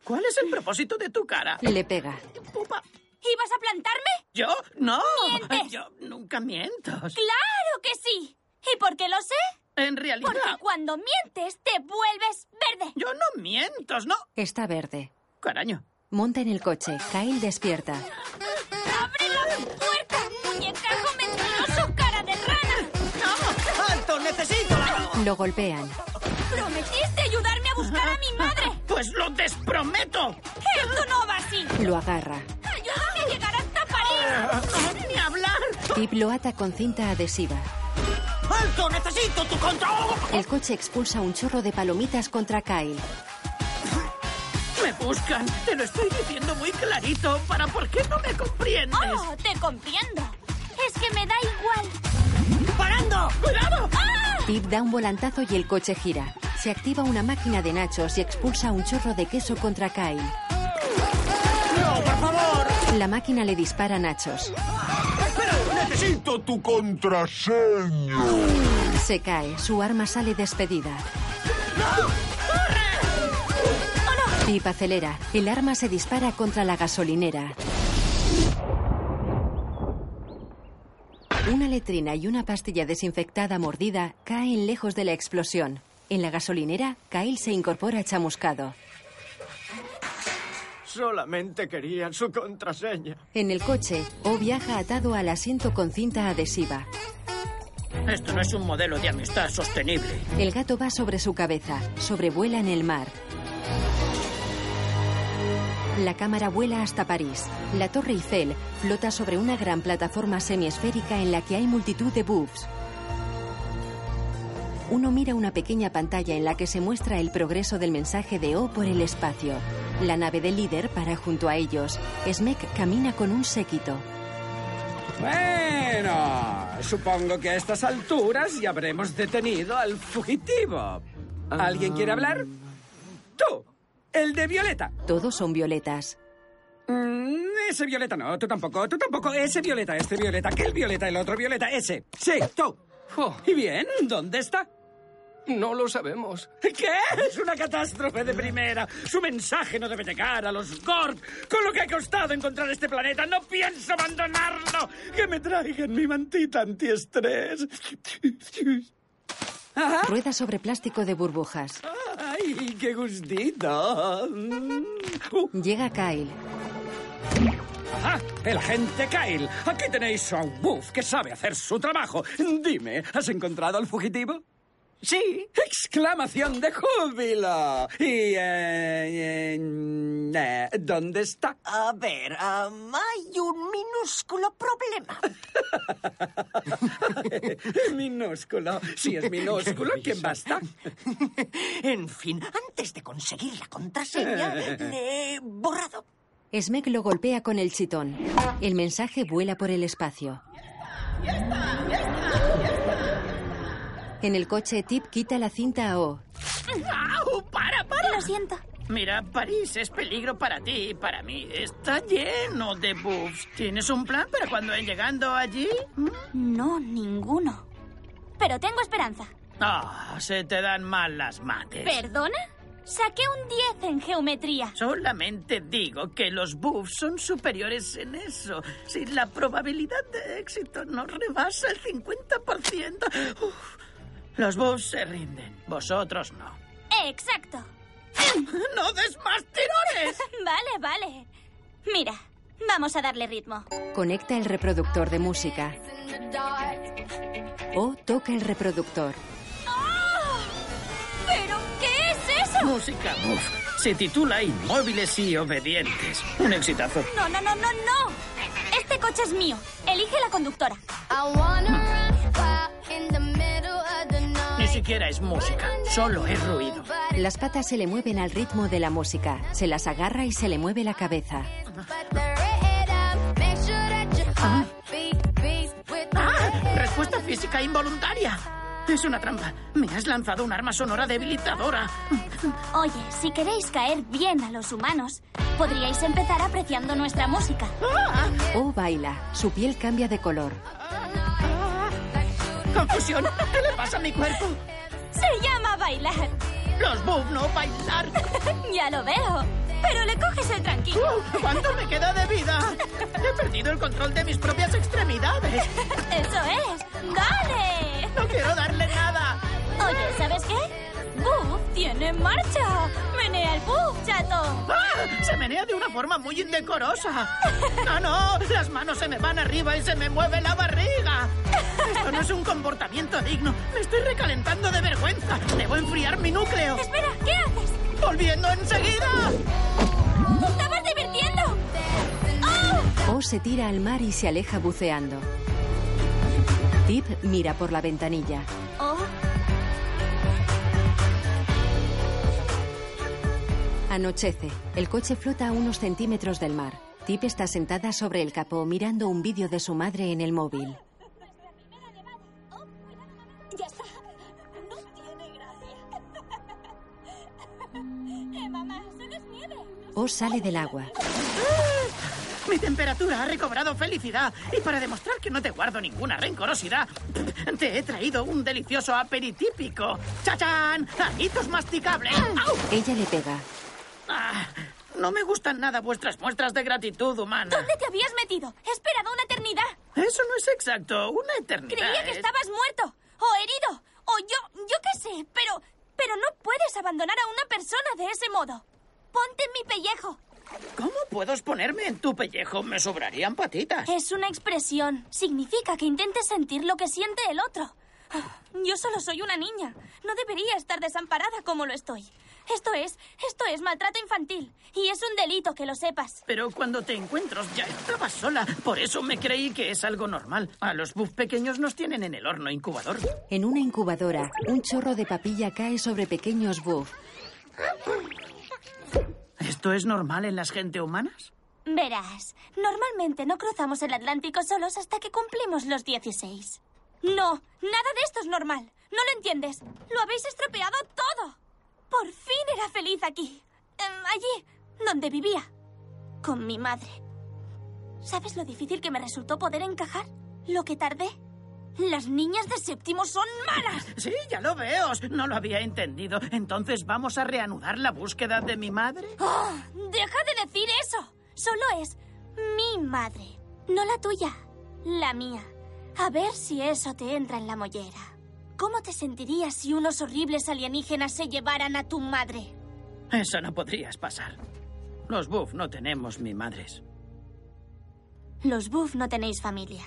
¿Cuál es el propósito de tu cara? Le pega. Pupa. ¿Ibas a plantarme? ¿Yo? ¡No! ¡Mientes! Yo nunca miento. ¡Claro que sí! ¿Y por qué lo sé? En realidad. Porque cuando mientes te vuelves verde. Yo no miento, ¿no? Está verde. Caraño. Monta en el coche. Kyle despierta. ¡Abre la puerta, muñecajo mentiroso, cara de rana! ¡No! ¡Alto! ¡Necesito la... Lo golpean. ¡Prometiste ayudarme a buscar a mi madre! ¡Pues lo desprometo! ¡Esto no va así! Lo agarra. ¡Ayúdame a llegar hasta París! ¡Ni hablar! Tip lo ata con cinta adhesiva. ¡Alto! ¡Necesito tu control! El coche expulsa un chorro de palomitas contra Kyle. Me buscan, te lo estoy diciendo muy clarito. ¿Para por qué no me comprendes? ¡Oh, te comprendo! Es que me da igual. ¡Parando! ¡Cuidado! Tip da un volantazo y el coche gira. Se activa una máquina de nachos y expulsa un chorro de queso contra Kyle. ¡No, por favor! La máquina le dispara nachos. ¡Espera! Necesito tu contraseña. Se cae, su arma sale despedida. Tip acelera, el arma se dispara contra la gasolinera. Una letrina y una pastilla desinfectada mordida caen lejos de la explosión. En la gasolinera, Kyle se incorpora chamuscado. Solamente querían su contraseña. En el coche, O viaja atado al asiento con cinta adhesiva. Esto no es un modelo de amistad sostenible. El gato va sobre su cabeza, sobrevuela en el mar. La cámara vuela hasta París. La Torre Eiffel flota sobre una gran plataforma semiesférica en la que hay multitud de boobs. Uno mira una pequeña pantalla en la que se muestra el progreso del mensaje de O por el espacio. La nave del líder para junto a ellos. Smek camina con un séquito. Bueno, supongo que a estas alturas ya habremos detenido al fugitivo. ¿Alguien quiere hablar? ¡Tú! El de Violeta. Todos son violetas. Mm, ese Violeta no, tú tampoco, tú tampoco. Ese Violeta, este Violeta, aquel Violeta, el otro Violeta, ese. Sí, tú. ¿Y bien? ¿Dónde está? No lo sabemos. ¿Qué? Es una catástrofe de primera. Su mensaje no debe llegar a los Gord. Con lo que ha costado encontrar este planeta, no pienso abandonarlo. Que me traigan mi mantita antiestrés. Rueda sobre plástico de burbujas. ¡Ay, qué gustito! Mm. Llega Kyle. ¡Ajá! Ah, ¡El agente Kyle! Aquí tenéis a un buff que sabe hacer su trabajo. Dime, ¿has encontrado al fugitivo? Sí. ¡Exclamación de júbilo! Y... eh, eh, eh, ¿Dónde está? A ver, am, hay un minúsculo problema. minúsculo. Si (laughs) es minúsculo, ¿quién basta? (laughs) En fin, antes de conseguir la contraseña, le he borrado. Smek lo golpea con el chitón. El mensaje vuela por el espacio. En el coche, Tip quita la cinta a O. ¡Au! ¡Para, para! Lo siento. Mira, París es peligro para ti y para mí. Está lleno de bugs. ¿Tienes un plan para cuando en llegando allí? No, ninguno. Pero tengo esperanza. Ah, se te dan mal las mates. ¿Perdona? Saqué un 10 en geometría. Solamente digo que los buffs son superiores en eso. Si la probabilidad de éxito no rebasa el 50%, uf, los buffs se rinden. Vosotros no. Exacto. (laughs) ¡No des más tirones! Vale, vale. Mira, vamos a darle ritmo. Conecta el reproductor de música. O toca el reproductor. ¡Ah! ¿Pero qué es eso? Música buff. Se titula Inmóviles y Obedientes. Un exitazo. No, no, no, no, no. Este coche es mío. Elige la conductora. Ni siquiera es música, solo es ruido. Las patas se le mueven al ritmo de la música. Se las agarra y se le mueve la cabeza. ¡Ah! Respuesta física involuntaria. Es una trampa. Me has lanzado un arma sonora debilitadora. Oye, si queréis caer bien a los humanos, podríais empezar apreciando nuestra música. O baila. Su piel cambia de color. Confusión. ¿Qué le pasa a mi cuerpo? Se llama bailar. Los buff no bailar. ya lo veo. Pero le coges el tranquilo. (laughs) Uh, ¿Cuánto me queda de vida? He perdido el control de mis propias extremidades. Eso es. ¡Dale! No quiero darle nada. Oye, ¿sabes qué? Boo tiene marcha. Menea el boo, chato. ¡Ah! Se menea de una forma muy indecorosa. No, no, las manos se me van arriba y se me mueve la barriga. Esto no es un comportamiento digno. Me estoy recalentando de vergüenza. Debo enfriar mi núcleo. Espera, ¿qué haces? ¡Volviendo enseguida! ¡Te estabas divirtiendo! ¡Oh! O se tira al mar y se aleja buceando. Tip mira por la ventanilla. Oh, Anochece. El coche flota a unos centímetros del mar. Tip está sentada sobre el capó mirando un vídeo de su madre en el móvil. Ya está. No tiene gracia. Eh, mamá, solo es nieve. O sale del agua. Mi temperatura ha recobrado felicidad y para demostrar que no te guardo ninguna rencorosidad, te he traído un delicioso aperitípico. ¡Chachán! ¡Aritos masticables! ¡Au! Ella le pega. Ah, no me gustan nada vuestras muestras de gratitud humana. ¿dónde te habías metido? He esperado una eternidad. Eso no es exacto, una eternidad. Creía que es- estabas muerto, o herido, o yo, yo qué sé, pero, pero no puedes abandonar a una persona de ese modo. Ponte en mi pellejo. ¿Cómo puedo ponerme en tu pellejo? Me sobrarían patitas. Es una expresión. Significa que intentes sentir lo que siente el otro. Ah, Yo solo soy una niña. No debería estar desamparada como lo estoy. Esto es, esto es maltrato infantil. Y es un delito que lo sepas. Pero cuando te encuentros ya estabas sola. Por eso me creí que es algo normal. A los buff pequeños nos tienen en el horno incubador. En una incubadora, un chorro de papilla cae sobre pequeños buff. ¿Esto es normal en las gente humanas? Verás, normalmente no cruzamos el Atlántico solos hasta que cumplimos los 16. No, nada de esto es normal. No lo entiendes. Lo habéis estropeado todo. Por fin era feliz aquí. Em, allí, donde vivía. Con mi madre. ¿Sabes lo difícil que me resultó poder encajar? ¿Lo que tardé? Las niñas de séptimo son malas. Sí, ya lo veo. No lo había entendido. Entonces vamos a reanudar la búsqueda de mi madre. ¡Ah! ¡Deja de decir eso! Solo es mi madre, no la tuya, la mía. A ver si eso te entra en la mollera. ¿Cómo te sentirías si unos horribles alienígenas se llevaran a tu madre? Eso no podrías pasar. Los buff no tenemos mi madres. Los Buff no tenéis familia.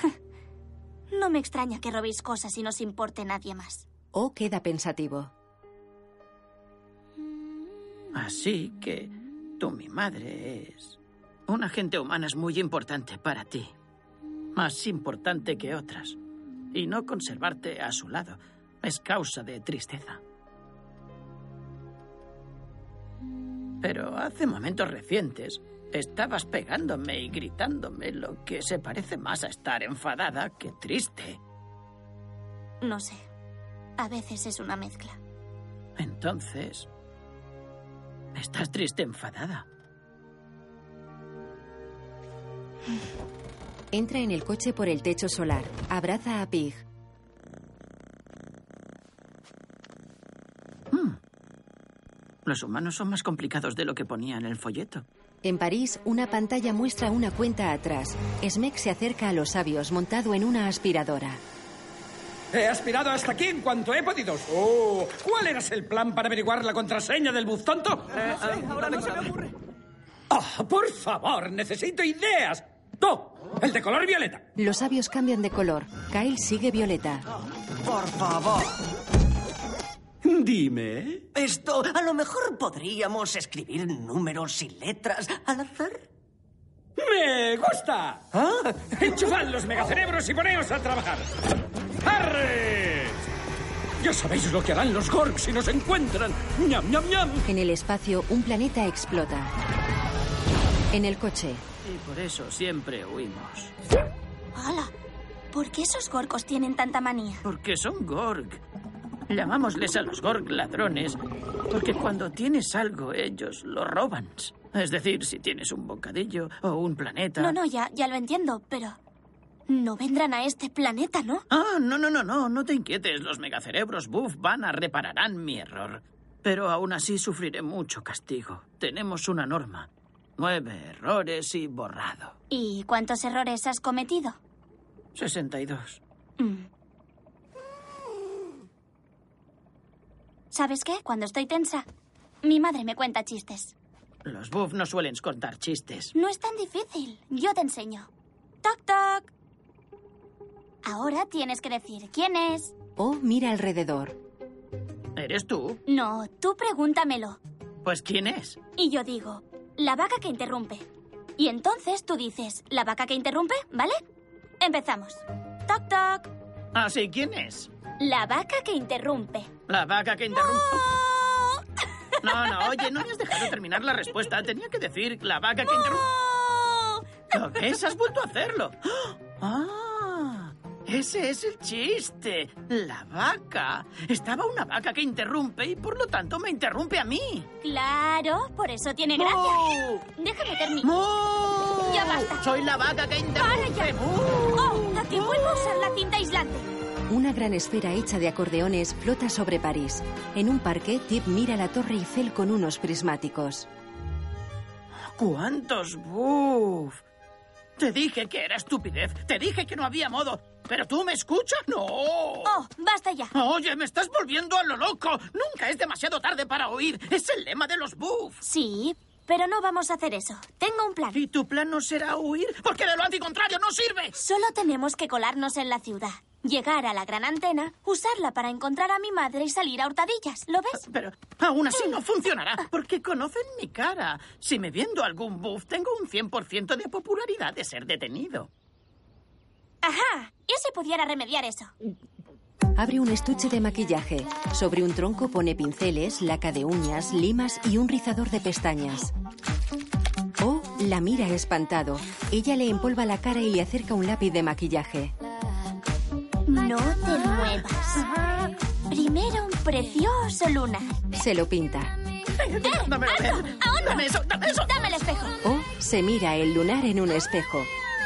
(laughs) no me extraña que robéis cosas y no os importe nadie más. O queda pensativo. Así que tú, mi madre, es... Una gente humana es muy importante para ti. Más importante que otras. Y no conservarte a su lado es causa de tristeza. Pero hace momentos recientes estabas pegándome y gritándome lo que se parece más a estar enfadada que triste. No sé. A veces es una mezcla. Entonces... Estás triste enfadada. Entra en el coche por el techo solar. Abraza a Pig. Los humanos son más complicados de lo que ponía en el folleto. En París, una pantalla muestra una cuenta atrás. Smek se acerca a los sabios montado en una aspiradora. He aspirado hasta aquí en cuanto he podido. Oh, ¿Cuál era el plan para averiguar la contraseña del bus tonto? Eh, ahora no se me ocurre. Ah, por favor, necesito ideas. ¡No! El de color violeta. Los sabios cambian de color. Kyle sigue violeta. Por favor. Dime. Esto, a lo mejor podríamos escribir números y letras al azar. Ah. ¡Me gusta! Enchufad los megacerebros y poneos a trabajar. ¡Arre! Ya sabéis lo que harán los Gorgs si nos encuentran. ¡Ñam, ñam, ñam! En el espacio, un planeta explota. En el coche, Y por eso siempre huimos. ¡Hala! ¿Por qué esos gorcos tienen tanta manía? Porque son Gorg. Llamámosles a los Gorg ladrones, porque cuando tienes algo, ellos lo roban. Es decir, si tienes un bocadillo o un planeta. No, no, ya, ya lo entiendo, pero... No vendrán a este planeta, ¿no? Ah, no, no, no, no, no te inquietes. Los megacerebros Buff van a repararán mi error. Pero aún así sufriré mucho castigo. Tenemos una norma: nueve errores y borrado. ¿Y cuántos errores has cometido? 62. Mm. ¿Sabes qué? Cuando estoy tensa, mi madre me cuenta chistes. Los Buff no suelen contar chistes. No es tan difícil. Yo te enseño. Toc, toc. Ahora tienes que decir quién es. O Oh, mira alrededor. ¿Eres tú? No, tú pregúntamelo. Pues ¿quién es? Y yo digo, la vaca que interrumpe. Y entonces tú dices, la vaca que interrumpe, ¿vale? Empezamos. Toc, Toc, toc. ¿Ah, sí? ¿Quién es? La vaca que interrumpe. La vaca que interrumpe. No, no, oye, no me has dejado terminar la respuesta. Tenía que decir la vaca que Oh, interrumpe. ¿Qué es? Has vuelto a hacerlo. ¡Ah! Ese es el chiste. La vaca. Estaba una vaca que interrumpe y por lo tanto me interrumpe a mí. Claro, por eso Oh. tiene gracia. ¡Mu! Déjame terminar. Ya basta. Soy la vaca que Para ya. Oh, aquí vuelvo a usar la cinta aislante. Una gran esfera hecha de acordeones flota sobre París. En un parque, Tip mira la Torre Eiffel con unos prismáticos. ¿Cuántos buf? Te dije que era estupidez. Te dije que no había modo. ¿Pero tú me escuchas? ¡No! ¡Oh, basta ya! Oye, me estás volviendo a lo loco. Nunca es demasiado tarde para oír. Es el lema de los buff. Sí, pero no vamos a hacer eso. Tengo un plan. ¿Y tu plan no será huir? Porque de lo anticontrario no sirve. Solo tenemos que colarnos en la ciudad. Llegar a la gran antena, usarla para encontrar a mi madre y salir a hurtadillas. ¿Lo ves? Pero aún así no funcionará, porque conocen mi cara. Si me viendo algún buff, tengo un 100% de popularidad de ser detenido. Ajá. ¿Y si pudiera remediar eso? Abre un estuche de maquillaje. Sobre un tronco pone pinceles, laca de uñas, limas y un rizador de pestañas. O la mira espantado. Ella le empolva la cara y le acerca un lápiz de maquillaje. No te muevas. Primero un precioso lunar. Se lo pinta. Dame, ¡Alto! (laughs) ¡Aún Ah, no! dame eso, dame eso. Dame el espejo. O Oh, se mira el lunar en un espejo.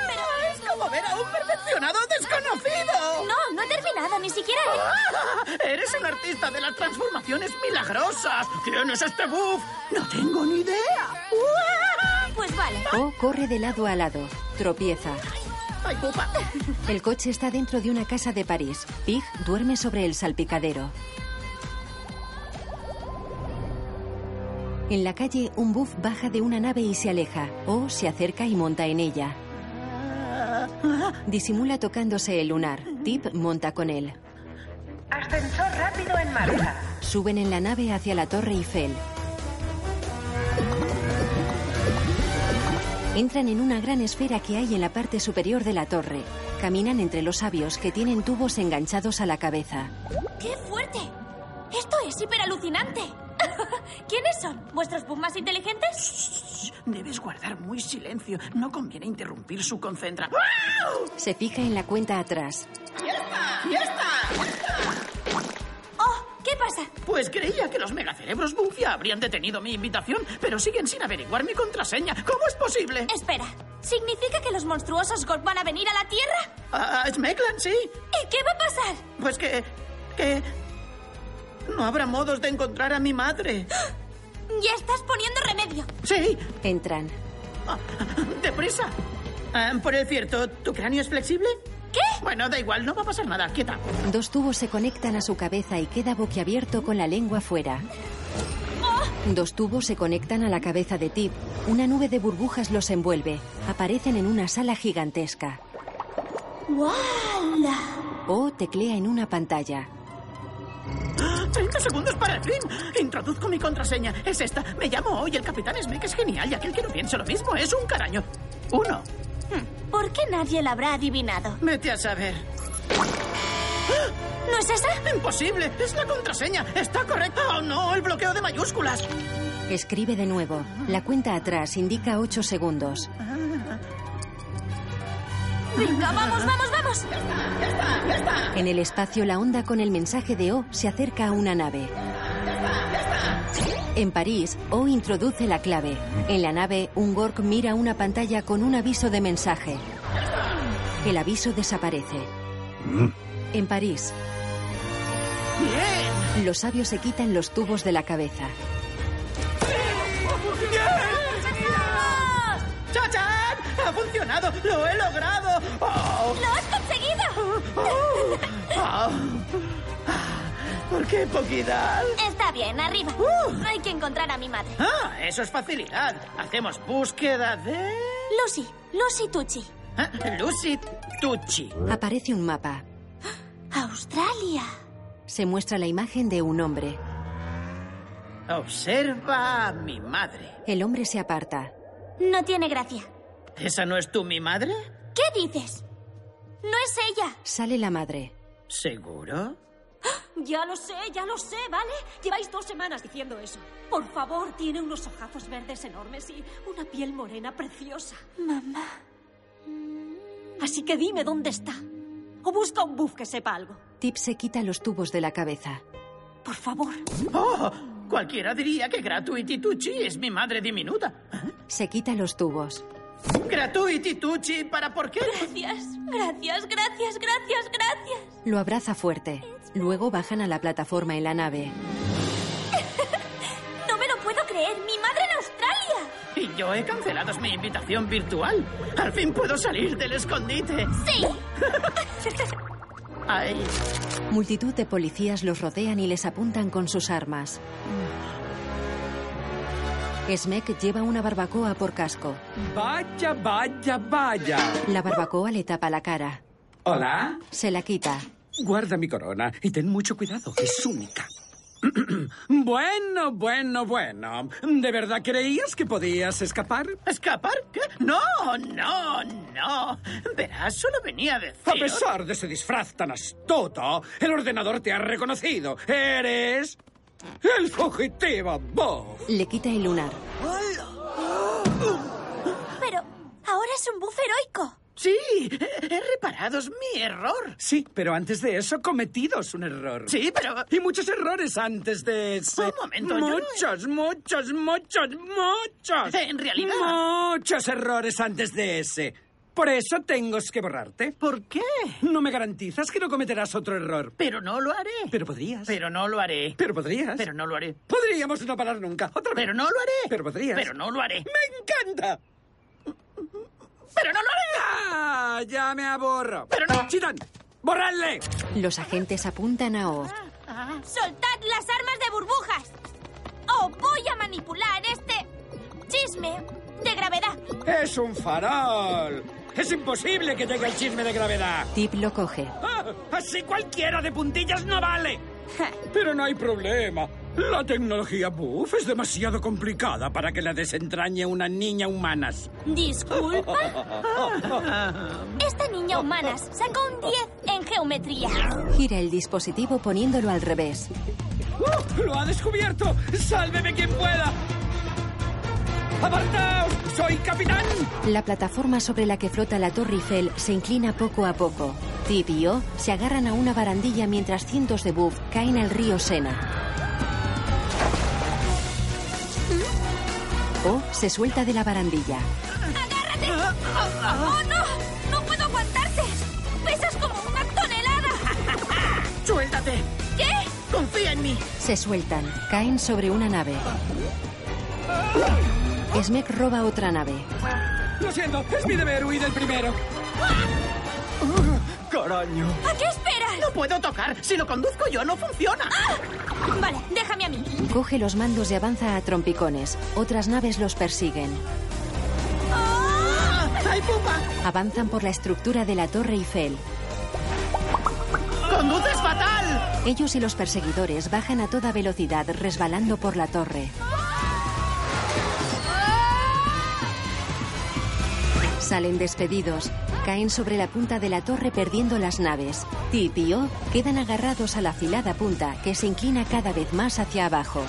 Pero es como ver a un perfeccionado desconocido. No, no he terminado, ni siquiera he... ¡Ah! Eres un artista de las transformaciones milagrosas. ¿Quién es este buff? No tengo ni idea. ¡Uah! Pues vale. O corre de lado a lado. Tropieza. ¡Ay, pupa! El coche está dentro de una casa de París. Pig duerme sobre el salpicadero. En la calle, un buff baja de una nave y se aleja. O se acerca y monta en ella. Disimula tocándose el lunar. Tip monta con él. Ascensor rápido en marcha. Suben en la nave hacia la Torre Eiffel. Entran en una gran esfera que hay en la parte superior de la torre. Caminan entre los sabios que tienen tubos enganchados a la cabeza. ¡Qué fuerte! Esto es hiperalucinante. (laughs) ¿Quiénes son? ¿Vuestros buff más inteligentes? Debes guardar muy silencio. No conviene interrumpir su concentración. Se fija en la cuenta atrás. ¡Fiesta! ¡Fiesta! ¡Oh! ¿Qué pasa? Pues creía que los megacerebros Bufia habrían detenido mi invitación, pero siguen sin averiguar mi contraseña. ¿Cómo es posible? Espera. ¿Significa que los monstruosos Gorg van a venir a la Tierra? Ah, Smeglan, sí. ¿Y qué va a pasar? Pues que. que. No habrá modos de encontrar a mi madre. Ya estás poniendo remedio. Sí, Entran. Ah, ¡Deprisa! Ah, por el cierto, ¿tu cráneo es flexible? ¿Qué? Bueno, da igual, no va a pasar nada. Quieta. Dos tubos se conectan a su cabeza y queda boquiabierto con la lengua fuera. Dos tubos se conectan a la cabeza de Tip. Una nube de burbujas los envuelve. Aparecen en una sala gigantesca. ¡Wala! O teclea en una pantalla. ¡30 Ah, segundos para el fin! Introduzco mi contraseña. Es esta. Me llamo hoy. El capitán Smek es genial y aquel que no piensa lo mismo es un caraño. Uno. ¿Por qué nadie la habrá adivinado? Vete a saber. ¿No es esa? ¡Imposible! ¡Es la contraseña! ¡Está correcta o no! ¡El bloqueo de mayúsculas! Escribe de nuevo. La cuenta atrás indica 8 segundos. Venga, vamos, vamos, vamos. En el espacio, la onda con el mensaje de O se acerca a una nave. En París, O introduce la clave. En la nave, un Gork mira una pantalla con un aviso de mensaje. El aviso desaparece. En París, ¡Bien! los sabios se quitan los tubos de la cabeza. ¡Chachán! ¡Ha funcionado! ¡Lo he logrado! ¡Oh! ¡Lo has conseguido! ¡Oh! ¡Oh! ¿Por qué poquidad? Está bien, arriba. Uh. Hay que encontrar a mi madre. Ah, eso es facilidad. Hacemos búsqueda de... Lucy, Lucy Tucci. Ah, Lucy Tucci. Aparece un mapa. Australia. Se muestra la imagen de un hombre. Observa a mi madre. El hombre se aparta. No tiene gracia. ¿Esa no es tú mi madre? ¿Qué dices? ¡No es ella! Sale la madre. ¿Seguro? Ya lo sé, ya lo sé, ¿vale? Lleváis dos semanas diciendo eso. Por favor, tiene unos ojazos verdes enormes y una piel morena preciosa. Mamá. Así que dime dónde está. O busca un buff que sepa algo. Tip se quita los tubos de la cabeza. Por favor. ¡Oh! Cualquiera diría que Gratuity Tucci es mi madre diminuta. Se quita los tubos. Gratuity Tucci, ¿para por qué? Gracias, gracias, gracias, gracias, gracias. Lo abraza fuerte. Luego bajan a la plataforma en la nave. no me lo puedo creer, mi madre en Australia. Y yo he cancelado mi invitación virtual. Al fin puedo salir del escondite. Sí. Ay. Multitud de policías los rodean y les apuntan con sus armas. Smek lleva una barbacoa por casco. Vaya, vaya, vaya. La barbacoa le tapa la cara. Hola. Se la quita. Guarda mi corona y ten mucho cuidado, es única. (clears throat) bueno, bueno, bueno. ¿De verdad creías que podías escapar? ¿Escapar? ¿Qué? No, no, no. Verás, solo venía de... A pesar de ese disfraz tan astuto, el ordenador te ha reconocido. Eres... El fugitivo Buff. Le quita el lunar. Pero ahora es un buff heroico. Sí, he reparado, es mi error. Sí, pero antes de eso cometidos un error. Sí, pero... Y muchos errores antes de eso. Un momento, yo no he- Eh, Muchos, muchos, muchos, muchos. En realidad- Muchos errores antes de ese. Por eso tengo que borrarte. ¿Por qué? No me garantizas que no cometerás otro error. Pero no lo haré. Pero podrías. Pero no lo haré. Pero podrías. Pero no lo haré. Podríamos no parar nunca. Otra vez. Pero no lo haré. Pero podrías. Pero no lo haré. ¡Me encanta! Pero no lo haré. ¡Ah! Ya me aburro. Pero no. ¡Chitan! ¡Borradle! Los agentes apuntan a O. Soltad las armas de burbujas. O voy a manipular este chisme de gravedad. ¡Es un farol! ¡Es imposible que llegue el chisme de gravedad! Tip lo coge. ¡Ah! ¡Así cualquiera de puntillas no vale! Pero no hay problema. La tecnología Buff es demasiado complicada para que la desentrañe una niña humanas. Disculpa. Esta niña humanas sacó un 10 en geometría. Gira el dispositivo poniéndolo al revés. ¡Uh! ¡Lo ha descubierto! ¡Sálveme quien pueda! ¡Apartaos! ¡Soy capitán! La plataforma sobre la que flota la Torre Eiffel se inclina poco a poco. Tip y O se agarran a una barandilla mientras cientos de buff caen al río Sena. O se suelta de la barandilla. ¡Agárrate! ¡Oh, oh, no! ¡No puedo aguantarte! ¡Pesas como una tonelada! Suéltate. ¿Qué? Confía en mí. Se sueltan, caen sobre una nave. Smek roba otra nave. Lo siento, es mi deber huir del primero. Caraño. ¿A qué esperas? No puedo tocar. Si lo conduzco yo, no funciona. Vale, déjame a mí. Coge los mandos y avanza a trompicones. Otras naves los persiguen. ¡Ah! ¡Ay, pupa! Avanzan por la estructura de la Torre Eiffel. ¡Conduces fatal! Ellos y los perseguidores bajan a toda velocidad resbalando por la torre. Salen despedidos, caen sobre la punta de la torre perdiendo las naves. Tip y O quedan agarrados a la afilada punta que se inclina cada vez más hacia abajo.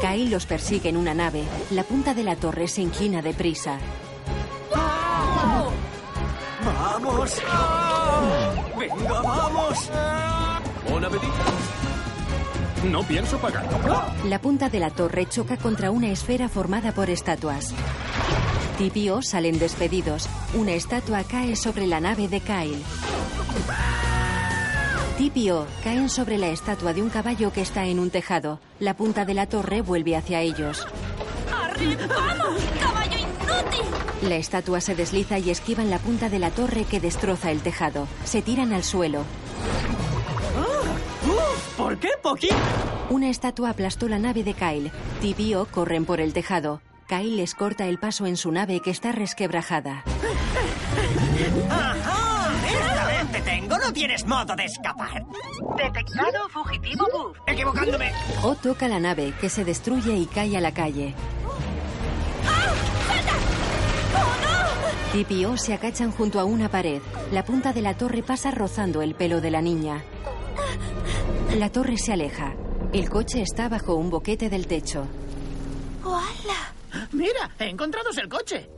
Kai los persigue en una nave, la punta de la torre se inclina deprisa. ¡Vamos! ¡Venga, vamos! Hola, No pienso pagar. La punta de la torre choca contra una esfera formada por estatuas. Tip y O salen despedidos. Una estatua cae sobre la nave de Kyle. Tip y O caen sobre la estatua de un caballo que está en un tejado. La punta de la torre vuelve hacia ellos. ¡Arriba! ¡Vamos! ¡Caballo inútil! La estatua se desliza y esquivan la punta de la torre que destroza el tejado. Se tiran al suelo. ¡Uf! ¡Oh! ¿Por qué, Poquito? Una estatua aplastó la nave de Kyle. Tip y O corren por el tejado. Kyle les corta el paso en su nave que está resquebrajada. ¡Ajá! ¡Esta vez te tengo! ¡No tienes modo de escapar! Detectado fugitivo Buff. ¡Equivocándome! O toca la nave, que se destruye y cae a la calle. ¡Ah! ¡Salta! ¡Oh, no! Tip y O se agachan junto a una pared. La punta de la torre pasa rozando el pelo de la niña. La torre se aleja. El coche está bajo un boquete del techo. ¡Hola! Mira, he encontrado el coche.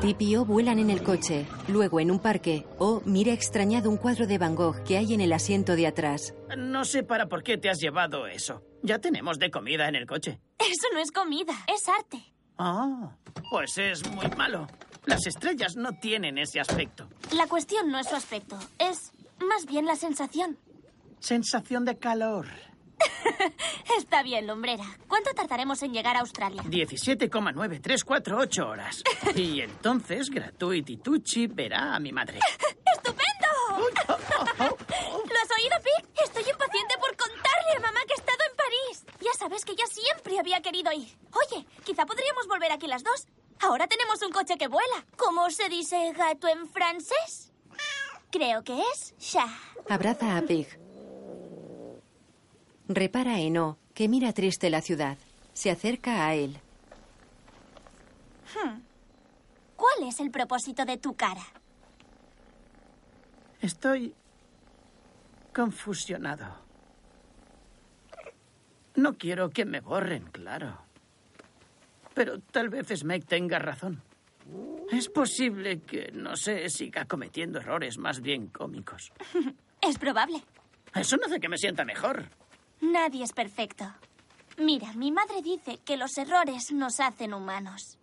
Tip y O vuelan en el coche. Luego, en un parque, O mira extrañado un cuadro de Van Gogh que hay en el asiento de atrás. No sé para por qué te has llevado eso. Ya tenemos de comida en el coche. Eso no es comida, es arte. Ah, pues es muy malo. Las estrellas no tienen ese aspecto. La cuestión no es su aspecto, es más bien la sensación. Sensación de calor. Está bien, lumbrera. ¿Cuánto tardaremos en llegar a Australia? 17,9348 (laughs) horas. Y entonces Gratuity Tucci verá a mi madre. ¡Estupendo! ¿Lo has oído, Pig? Estoy impaciente por contarle a mamá que he estado en París. Ya sabes que yo siempre había querido ir. Oye, quizá podríamos volver aquí las dos. Ahora tenemos un coche que vuela. ¿Cómo se dice gato en francés? Creo que es chat. Abraza a Pig. Repara en O, que mira triste la ciudad. Se acerca a él. Hmm. ¿Cuál es el propósito de tu cara? Estoy confusionado. No quiero que me borren, claro. Pero tal vez Smeg tenga razón. Es posible que, no sé, siga cometiendo errores más bien cómicos. Es probable. Eso no hace que me sienta mejor. Nadie es perfecto. Mira, mi madre dice que los errores nos hacen humanos.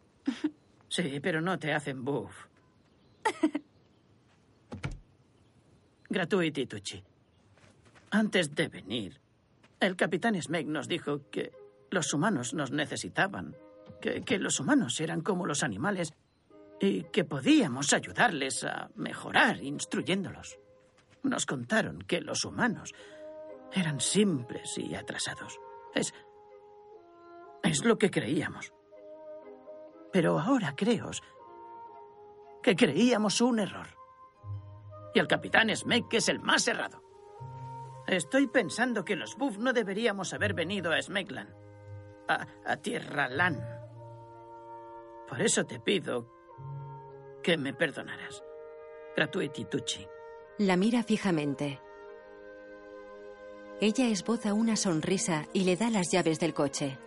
Sí, pero no te hacen buff. Gratuity Tucci. Antes de venir, el capitán Smeg nos dijo que los humanos nos necesitaban, que, que los humanos eran como los animales y que podíamos ayudarles a mejorar instruyéndolos. Nos contaron que los humanos eran simples y atrasados. Es. es lo que creíamos. Pero ahora creo que creíamos un error. Y el capitán Smek es el más errado. Estoy pensando que los Buff no deberíamos haber venido a Smekland, a, a Tierra Lan. Por eso te pido que me perdonaras. Gratuiti Tucci. La mira fijamente. Ella esboza una sonrisa y le da las llaves del coche.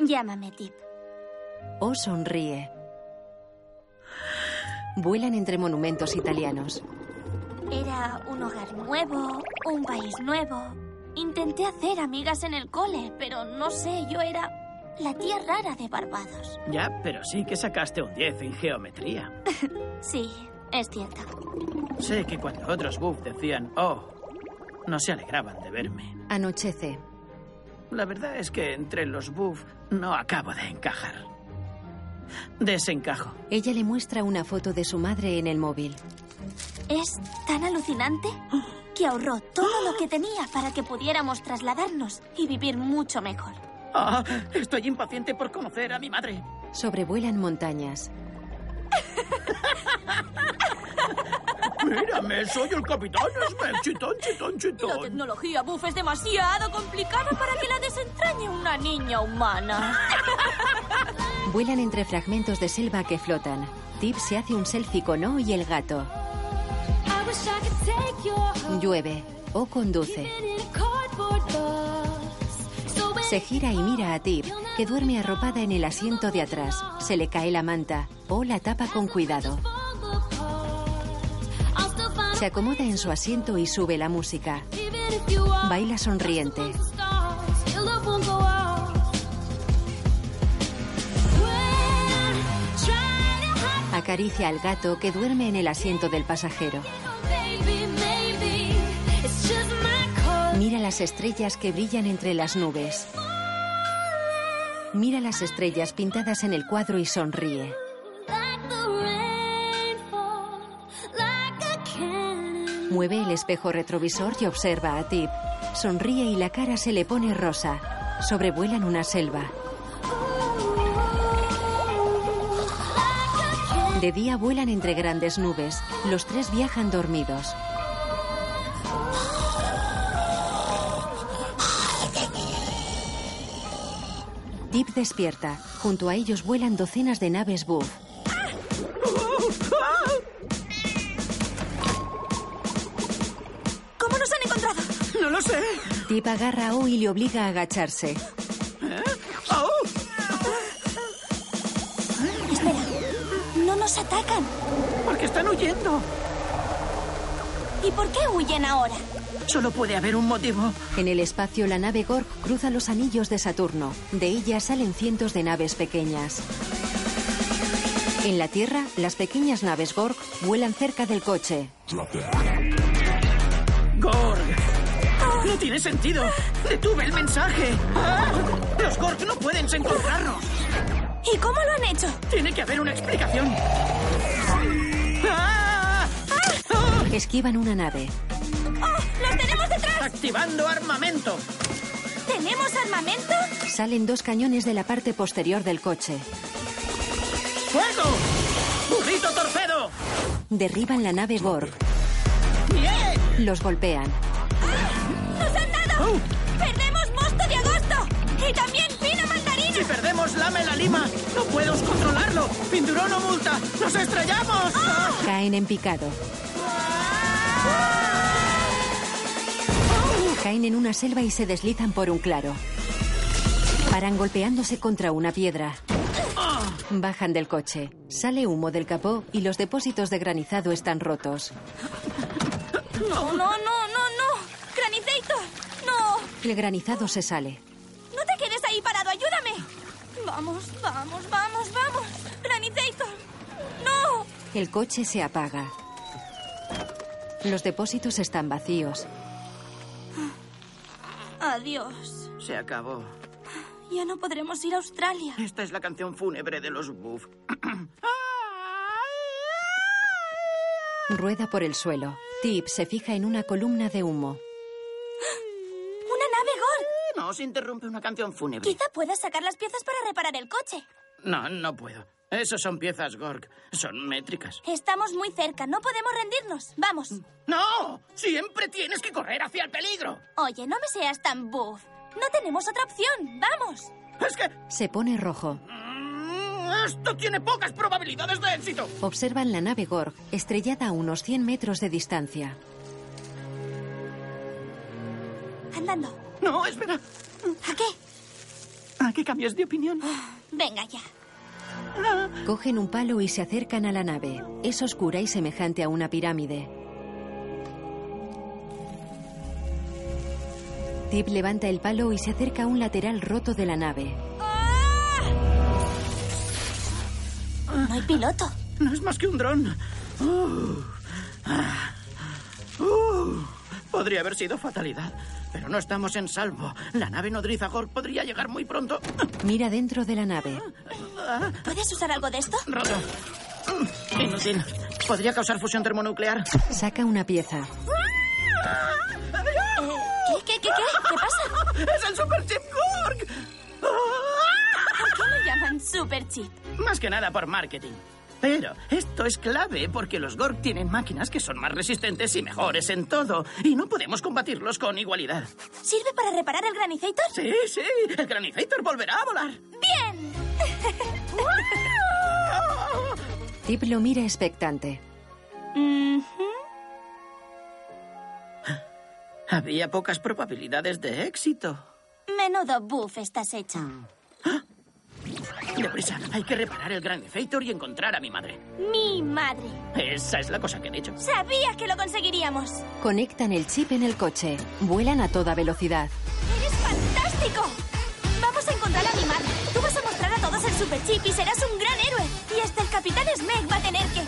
Llámame, Tip. O sonríe. Vuelan entre monumentos italianos. Era un hogar nuevo, un país nuevo. Intenté hacer amigas en el cole, pero no sé, yo era la tía rara de Barbados. Ya, pero sí que sacaste un 10 en geometría. sí, es cierto. Sé que cuando otros buff decían, oh, no se alegraban de verme. Anochece. La verdad es que entre los buff no acabo de encajar. Desencajo. Ella le muestra una foto de su madre en el móvil. Es tan alucinante que ahorró todo lo que tenía para que pudiéramos trasladarnos y vivir mucho mejor. Ah, estoy impaciente por conocer a mi madre. Sobrevuelan montañas. Mírame, soy el capitán Smeg, chitón, chitón, chitón. La tecnología buff es demasiado complicada para que la desentrañe una niña humana. Vuelan entre fragmentos de selva que flotan. Tip se hace un selfie con O y el gato. Llueve. O conduce. Se gira y mira a Tip, que duerme arropada en el asiento de atrás. Se le cae la manta. O la tapa con cuidado. Se acomoda en su asiento y sube la música. Baila sonriente. Acaricia al gato que duerme en el asiento del pasajero. Mira las estrellas que brillan entre las nubes. Mira las estrellas pintadas en el cuadro y sonríe. Mueve el espejo retrovisor y observa a Tip. Sonríe y la cara se le pone rosa. Sobrevuelan una selva. De día vuelan entre grandes nubes. Los tres viajan dormidos. Deep despierta. Junto a ellos vuelan docenas de naves Buff. ¿Cómo nos han encontrado? No lo sé. Deep agarra a O y le obliga a agacharse. ¡Au! Espera, no nos atacan. Porque están huyendo. ¿Y por qué huyen ahora? Solo puede haber un motivo. En el espacio, la nave Gorg cruza los anillos de Saturno. De ella salen cientos de naves pequeñas. En la Tierra, las pequeñas naves Gorg vuelan cerca del coche. Gorg. No tiene sentido. Detuve el mensaje. ¡Ah! Los Gorg no pueden encontrarnos. ¿Y cómo lo han hecho? Tiene que haber una explicación. ¡Ah! Esquivan una nave. ¡Oh! ¡Los tenemos detrás! Activando armamento. ¿Tenemos armamento? Salen dos cañones de la parte posterior del coche. ¡Fuego! ¡Burrito torpedo! Derriban la nave Gorg. ¡Bien! Los golpean. ¡Nos han dado! ¡Perdemos mosto de agosto! ¡Y también pino mandarina! Si perdemos, lame la lima. No puedo controlarlo. Pinturón o multa. ¡Nos estrellamos! ¡Ah! Caen en picado. Caen en una selva y se deslizan por un claro. Paran golpeándose contra una piedra. Bajan del coche. Sale humo del capó y los depósitos de granizado están rotos. ¡No, no, no, no, no! ¡Granizator! ¡No! El granizado se sale. ¡No te quedes ahí parado! ¡Ayúdame! ¡Vamos, vamos, vamos, vamos! ¡Granizator! ¡No! El coche se apaga. Los depósitos están vacíos. Adiós. Se acabó. Ya no podremos ir a Australia. Esta es la canción fúnebre de los (clears throat) Buff. Rueda por el suelo. Tip se fija en una columna de humo. ¡Una nave Gorg! No se interrumpe una canción fúnebre. Quizá puedas sacar las piezas para reparar el coche. No, no puedo. Esas son piezas Gorg. Son métricas. Estamos muy cerca. No podemos rendirnos. Vamos. ¡No! Siempre tienes que correr hacia el peligro. Oye, no me seas tan buff. No tenemos otra opción. ¡Vamos! Es que... Se pone rojo. Mm, Esto tiene pocas probabilidades de éxito. Observan la nave Gorg, estrellada a unos 100 metros de distancia. Andando. No, espera. ¿A qué? ¿A qué cambias de opinión? Venga ya. Cogen un palo y se acercan a la nave. Es oscura y semejante a una pirámide. Tip levanta el palo y se acerca a un lateral roto de la nave. No hay piloto. No es más que un dron. Uh, ah, uh, podría haber sido fatalidad. Pero no estamos en salvo. La nave nodriza Gorg podría llegar muy pronto. (laughs) Mira dentro de la nave. Ah, ¿Puedes usar algo de esto? Roto. Mm. Inútil. Podría causar fusión termonuclear. Saca una pieza. ¿Qué, qué, qué, qué? ¿Qué pasa? ¡Es el Super Chip Gorg! ¡Ah! ¿Por qué lo llaman Super Chip? Más que nada por marketing. Pero esto es clave porque los Gorg tienen máquinas que son más resistentes y mejores en todo. Y no podemos combatirlos con igualdad. ¿Sirve para reparar el granizator? Sí, sí, el Granizator volverá a volar. ¡Bien! Tip lo mira expectante. Ujú. Había pocas probabilidades de éxito. Menudo buff estás hecho. Deprisa, hay que reparar el Granizator y encontrar a mi madre. Mi madre. Esa es la cosa que he dicho. Sabía que lo conseguiríamos. Conectan el chip en el coche. Vuelan a toda velocidad. ¡Eres fantástico! Vamos a encontrar a mi madre. Tú vas a mostrar a todos el super chip y serás un gran héroe. Y hasta el capitán Smeg va a tener que.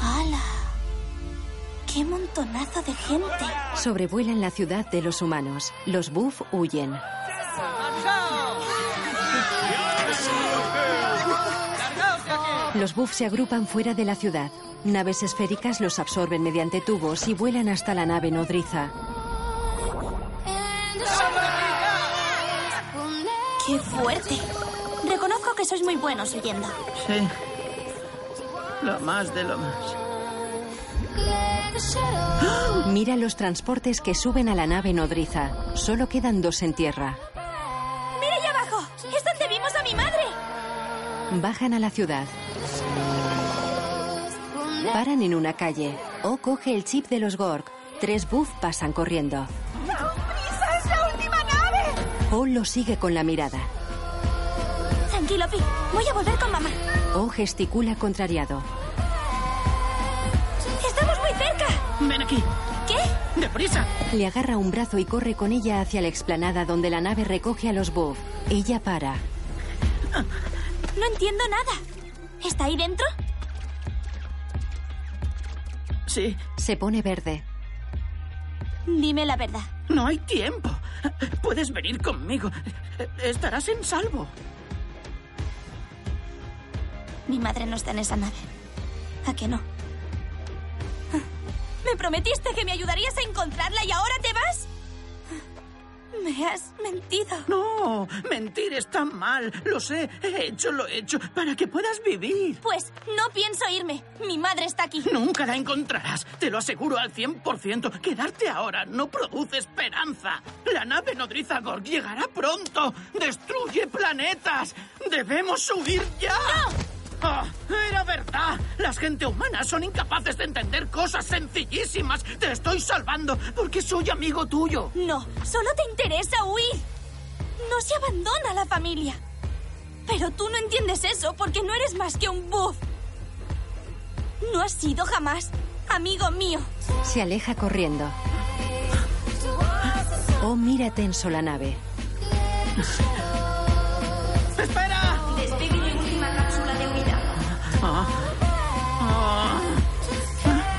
¡Hala! ¡Qué montonazo de gente! Sobrevuelan la ciudad de los humanos. Los Buff huyen. Los Buff se agrupan fuera de la ciudad. Naves esféricas los absorben mediante tubos y vuelan hasta la nave nodriza. ¡Qué fuerte! Reconozco que sois muy buenos huyendo. Sí. Lo más de lo más. Mira los transportes que suben a la nave nodriza. Solo quedan dos en tierra. ¡Mira allá abajo! Bajan a la ciudad. Paran en una calle. O coge el chip de los Gorg. Tres Buff pasan corriendo. ¡No, prisa! ¡Es la última nave! O lo sigue con la mirada. Tranquilo, Pi. Voy a volver con mamá. O gesticula contrariado. ¡Estamos muy cerca! Ven aquí. ¿Qué? ¡Deprisa! Le agarra un brazo y corre con ella hacia la explanada donde la nave recoge a los Buff. Ella para. No entiendo nada. ¿Está ahí dentro? Sí. Se pone verde. Dime la verdad. No hay tiempo. Puedes venir conmigo. Estarás en salvo. Mi madre no está en esa nave. ¿A que no? Ah, Me prometiste que me ayudarías a encontrarla y ahora te vas. Me has mentido. No, mentir está mal. Lo sé. He hecho lo he hecho para que puedas vivir. Pues no pienso irme. Mi madre está aquí. Nunca la encontrarás. Te lo aseguro al 100%. Quedarte ahora no produce esperanza. La nave nodriza Gorg llegará pronto. Destruye planetas. Debemos huir ya. ¡No! ¡Ah! ¡Era verdad! Las gente humanas son incapaces de entender cosas sencillísimas. Te estoy salvando porque soy amigo tuyo. No, solo te interesa huir. No se abandona la familia. Pero tú no entiendes eso porque no eres más que un buff. No has sido jamás amigo mío. Se aleja corriendo. O mira tenso la nave. ¡Espera! Despegue de última cápsula de unidad. Ah. Ah.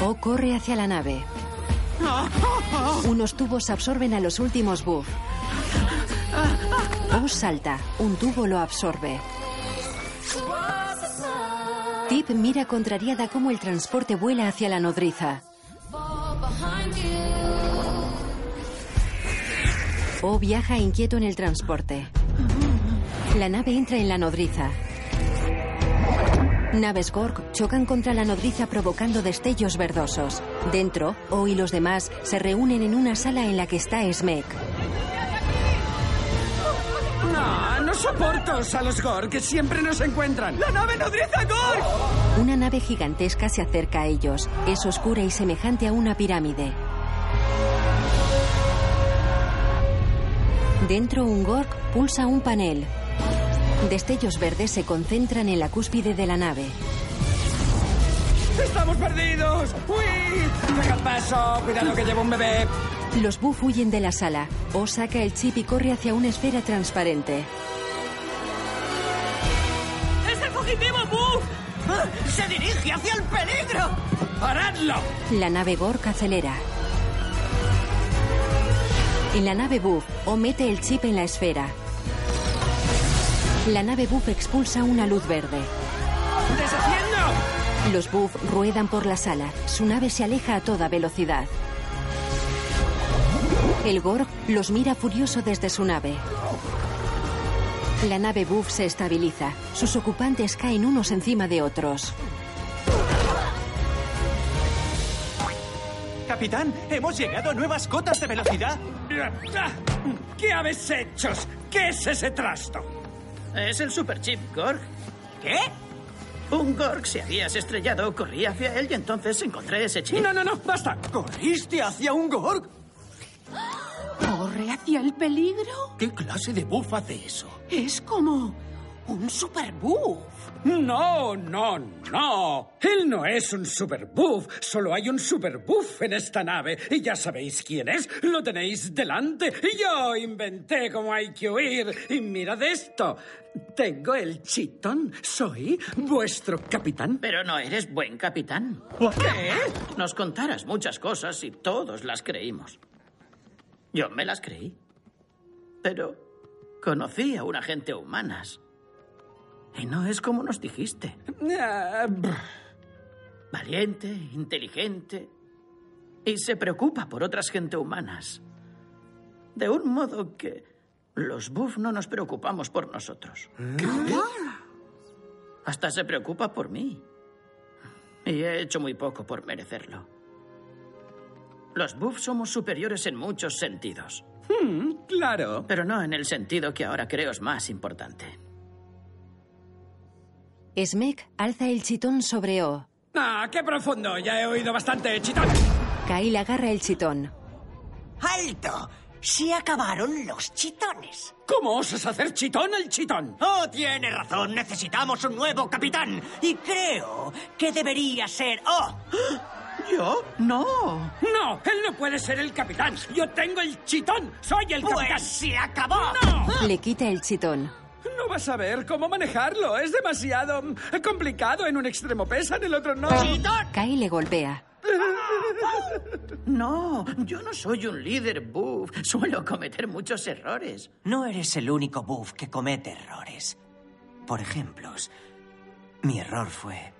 O corre hacia la nave. Ah. Ah. Unos tubos absorben a los últimos buff. O salta. Un tubo lo absorbe. Tip mira contrariada cómo el transporte vuela hacia la nodriza. O viaja inquieto en el transporte. La nave entra en la nodriza. Naves Gorg chocan contra la nodriza provocando destellos verdosos. Dentro, O y los demás se reúnen en una sala en la que está Smek. No, no soporto a los Gorg, que siempre nos encuentran. ¡La nave nodriza Gorg! Una nave gigantesca se acerca a ellos. Es oscura y semejante a una pirámide. Dentro, un Gorg pulsa un panel. Destellos verdes se concentran en la cúspide de la nave. ¡Estamos perdidos! ¡Uy! ¡Deja paso! ¡Cuidado que llevo un bebé! Los Buff huyen de la sala. O saca el chip y corre hacia una esfera transparente. ¡Es el fugitivo Ah, Buff! ¡Se dirige hacia el peligro! ¡Paradlo! La nave Gork acelera. En la nave Buff, O mete el chip en la esfera. La nave Buff expulsa una luz verde. ¡Deshaciendo! Los Buff ruedan por la sala. Su nave se aleja a toda velocidad. El Gorg los mira furioso desde su nave. La nave Buff se estabiliza. Sus ocupantes caen unos encima de otros. Capitán, hemos llegado a nuevas cotas de velocidad. ¿Qué habéis hecho? ¿Qué es ese trasto? Es el superchip Gorg. ¿Qué? Un Gorg se había estrellado, corrí hacia él y entonces encontré ese chip. No, no, no, basta. ¿Corriste hacia un Gorg? ¿Corre hacia el peligro? ¿Qué clase de buff hace eso? Es como un superbuff. No, no, no. Él no es un superbuff. Solo hay un superbuff en esta nave. Y ya sabéis quién es. Lo tenéis delante. Yo inventé cómo hay que huir. Y mirad esto. Tengo el chitón. Soy vuestro capitán. Oh. Pero no eres buen capitán. ¿Qué? Nos contarás muchas cosas y todos las creímos. Yo me las creí. Pero conocí a un agente humanas. Y no es como nos dijiste. Ah, brr. Valiente, inteligente. Y se preocupa por otras gente humanas. De un modo que los buff no nos preocupamos por nosotros. Hasta se preocupa por mí. Y he hecho muy poco por merecerlo. Los buff somos superiores en muchos sentidos. Hmm, claro. Pero no en el sentido que ahora creo es más importante. Smek alza el chitón sobre O. ¡Ah, qué profundo! Ya he oído bastante, chitón. Kyle agarra el chitón. ¡Alto! Se acabaron los chitones. ¿Cómo osas hacer chitón al chitón? Oh, tiene razón. Necesitamos un nuevo capitán. Y creo que debería ser... ¡Oh! ¿Yo? No. No, él no puede ser el capitán. Yo tengo el chitón. Soy el pues capitán. se acabó. ¡No! Le quita el chitón. No vas a ver cómo manejarlo. Es demasiado mm, complicado. En un extremo pesa, en el otro no. ¡Chitón! Kyle le golpea. No, yo no soy un líder buff. Suelo cometer muchos errores. No eres el único buff que comete errores. Por ejemplos, mi error fue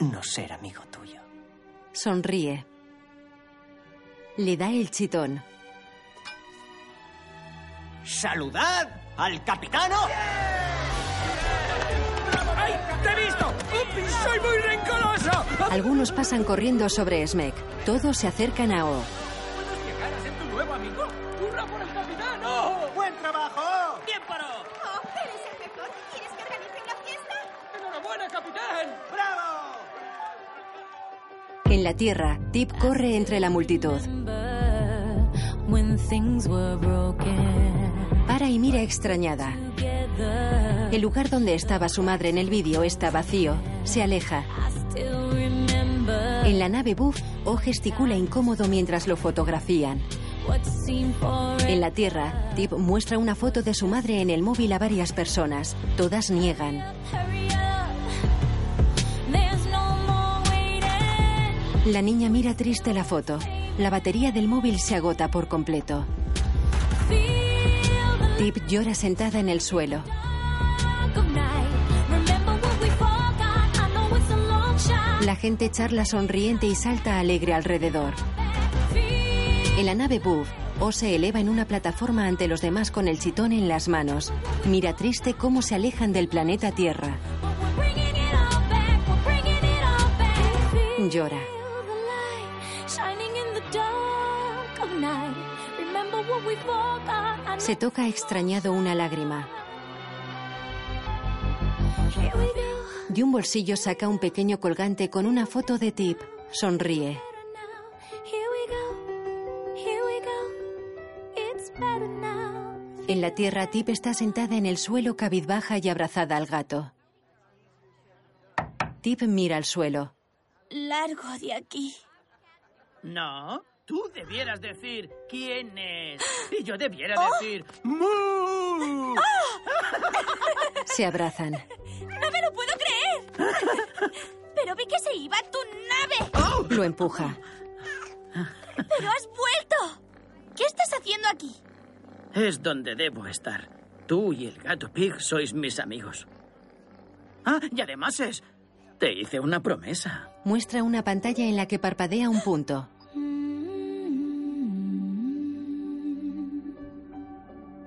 no ser amigo tuyo. Sonríe. Le da el chitón. ¡Saludad al capitano! ¡Ay, te he visto! ¡Upi, ¡Soy muy rencoroso! Algunos pasan corriendo sobre Smek. Todos se acercan a O. ¿Puedes llegar a ser tu nuevo amigo? ¡Hurra por el capitán! ¡Oh! ¡Buen trabajo! ¡Bien parado! Oh, eres el mejor. ¿Quieres que organice una fiesta? ¡Enhorabuena, capitán! ¡Bravo! En la tierra, Tip corre entre la multitud. Para y mira extrañada. El lugar donde estaba su madre en el vídeo está vacío. Se aleja. En la nave Buff, O gesticula incómodo mientras lo fotografían. En la Tierra, Tip muestra una foto de su madre en el móvil a varias personas. Todas niegan. La niña mira triste la foto. La batería del móvil se agota por completo. Tip llora sentada en el suelo. La gente charla sonriente y salta alegre alrededor. En la nave Buff, O se eleva en una plataforma ante los demás con el chitón en las manos. Mira triste cómo se alejan del planeta Tierra. Llora. Se toca extrañado una lágrima. De un bolsillo saca un pequeño colgante con una foto de Tip. Sonríe. En la tierra, Tip está sentada en el suelo cabizbaja y abrazada al gato. Tip mira al suelo. Largo de aquí. No, tú debieras decir quién es. Y yo debiera decir ¡Mu! Se abrazan. ¡No me lo puedo creer! (laughs) Pero vi que se iba tu nave. Lo empuja. ¡Pero has vuelto! ¿Qué estás haciendo aquí? Es donde debo estar. Tú y el gato Pig sois mis amigos. Ah, y además es. Te hice una promesa. Muestra una pantalla en la que parpadea un punto.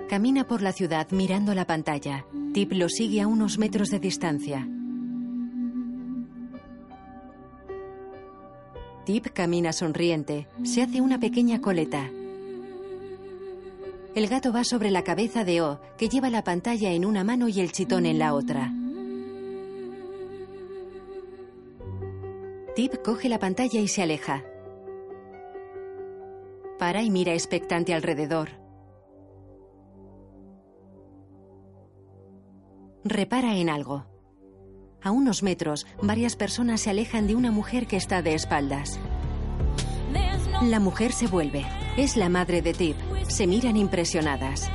Camina por la ciudad mirando la pantalla. Tip lo sigue a unos metros de distancia. Tip camina sonriente. Se hace una pequeña coleta. El gato va sobre la cabeza de O, que lleva la pantalla en una mano y el chitón en la otra. Tip coge la pantalla y se aleja. Para y mira expectante alrededor. Repara en algo. A unos metros, varias personas se alejan de una mujer que está de espaldas. La mujer se vuelve. Es la madre de Tip. Se miran impresionadas.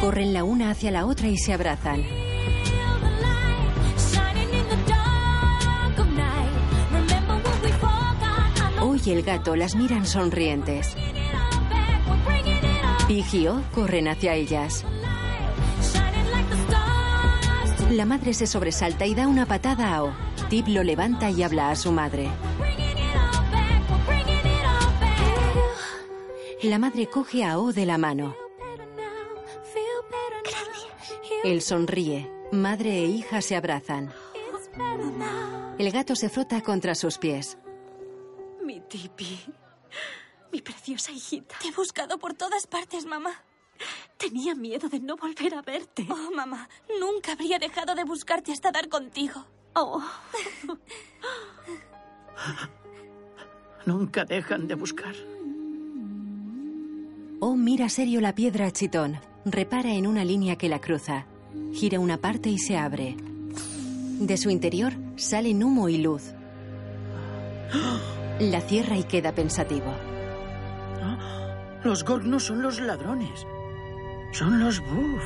Corren la una hacia la otra y se abrazan. Hoy el gato las miran sonrientes. Pigio corren hacia ellas. La madre se sobresalta y da una patada a O. Tip lo levanta y habla a su madre. La madre coge a O de la mano. Él sonríe. Madre e hija se abrazan. El gato se frota contra sus pies. Mi tipi. Mi preciosa hijita. Te he buscado por todas partes, mamá. Tenía miedo de no volver a verte. Oh, mamá, nunca habría dejado de buscarte hasta dar contigo. Oh. Nunca dejan de buscar. O mira serio la piedra a Chitón, repara en una línea que la cruza, gira una parte y se abre. De su interior salen humo y luz. La cierra y queda pensativo. Los Gorg no son los ladrones. Son los Buff.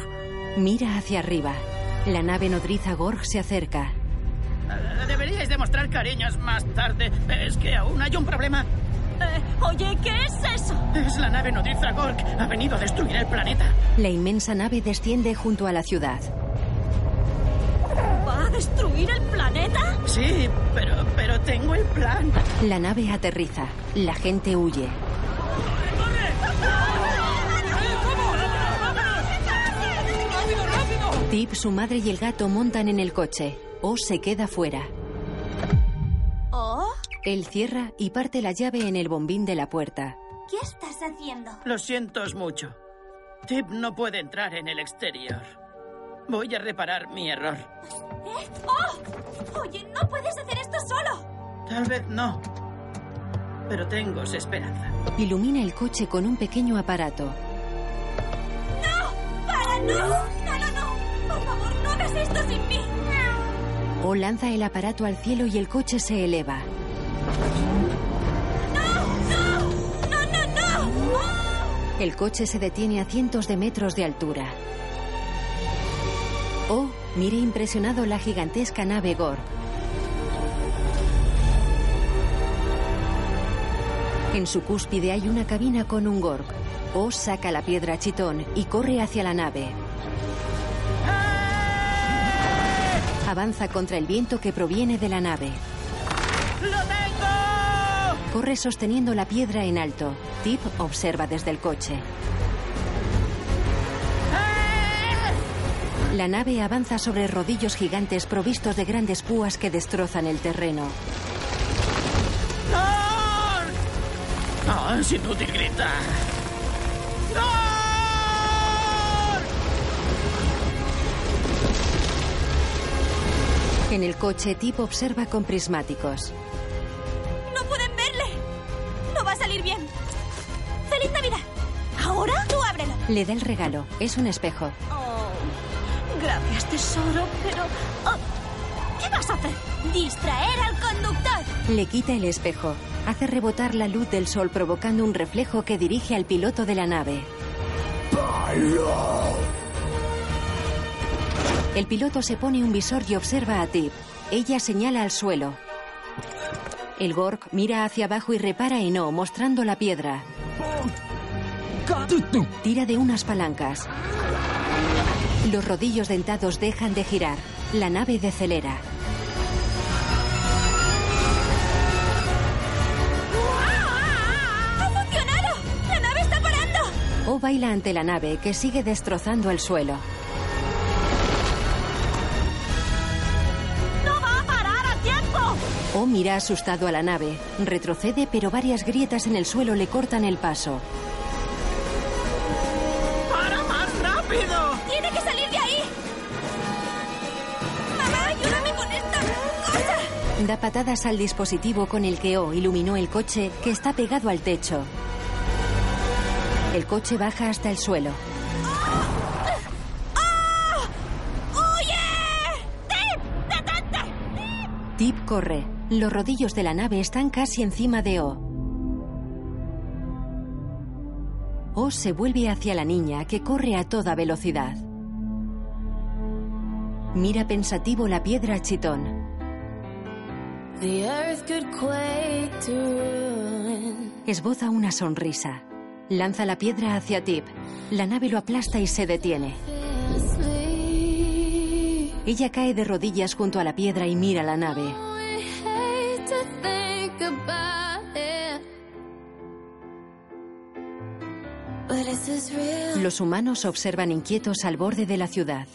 Mira hacia arriba. La nave nodriza Gorg se acerca. Eh, Deberíais demostrar cariños más tarde. Es que aún hay un problema. Eh, oye, ¿qué es eso? Es la nave nodriza Gork. Ha venido a destruir el planeta. La inmensa nave desciende junto a la ciudad. ¿Va a destruir el planeta? Sí, pero, pero tengo el plan. La nave aterriza. La gente huye. Tip, su madre y el gato montan en el coche. O se queda fuera. Oh, Él cierra y parte la llave en el bombín de la puerta. ¿qué estás haciendo? Lo siento mucho. Tip no puede entrar en el exterior. Voy a reparar mi error. ¿Eh? ¡Oh! Oye, no puedes hacer esto solo. Tal vez no. Pero tengo esperanza. Ilumina el coche con un pequeño aparato. ¡No! ¡Para, no! ¡No, no, no! Por favor, no hagas esto sin mí. O lanza el aparato al cielo y el coche se eleva. ¡No, no, no! El coche se detiene a cientos de metros de altura. O mire impresionado la gigantesca nave Gorg. En su cúspide hay una cabina con un Gorg. O saca la piedra chitón y corre hacia la nave. Avanza contra el viento que proviene de la nave. ¡Lo tengo! Corre sosteniendo la piedra en alto. Tip observa desde el coche. La nave avanza sobre rodillos gigantes provistos de grandes púas que destrozan el terreno. ¡Gork! ¡Ah, es inútil gritar! ¡Gork! En el coche, Tip observa con prismáticos. ¡No pueden verle! No va a salir bien. ¡Feliz Navidad! ¿Ahora? Tú ábrelo. Le da el regalo. Es un espejo. Oh, gracias, tesoro, pero... oh, ¿Qué vas a hacer? ¡Distraer al conductor! Le quita el espejo. Hace rebotar la luz del sol provocando un reflejo que dirige al piloto de la nave. El piloto se pone un visor y observa a Tip. Ella señala al suelo. El Gork mira hacia abajo y repara en O, mostrando la piedra. Tira de unas palancas. Los rodillos dentados dejan de girar. La nave decelera. ¡Ha funcionado! ¡La nave está parando! O baila ante la nave que sigue destrozando el suelo. ¡No va a parar a tiempo! O mira asustado a la nave. Retrocede, pero varias grietas en el suelo le cortan el paso. ¡Para más rápido! ¡Tiene que salir de ahí! ¡Mamá, ayúdame con esta cosa! Da patadas al dispositivo con el que O iluminó el coche que está pegado al techo. El coche baja hasta el suelo. ¡Ah! ¡Huye! ¡Ah! ¡Tip! ¡Detente! Tip corre. Los rodillos de la nave están casi encima de O. O se vuelve hacia la niña que corre a toda velocidad. Mira pensativo la piedra chitón. The earth could quake to ruin. Esboza una sonrisa. Lanza la piedra hacia Tip. La nave lo aplasta y se detiene. Sleep. Ella cae de rodillas junto a la piedra y mira la nave. We hate to think about it. But is this real? Los humanos observan inquietos al borde de la ciudad.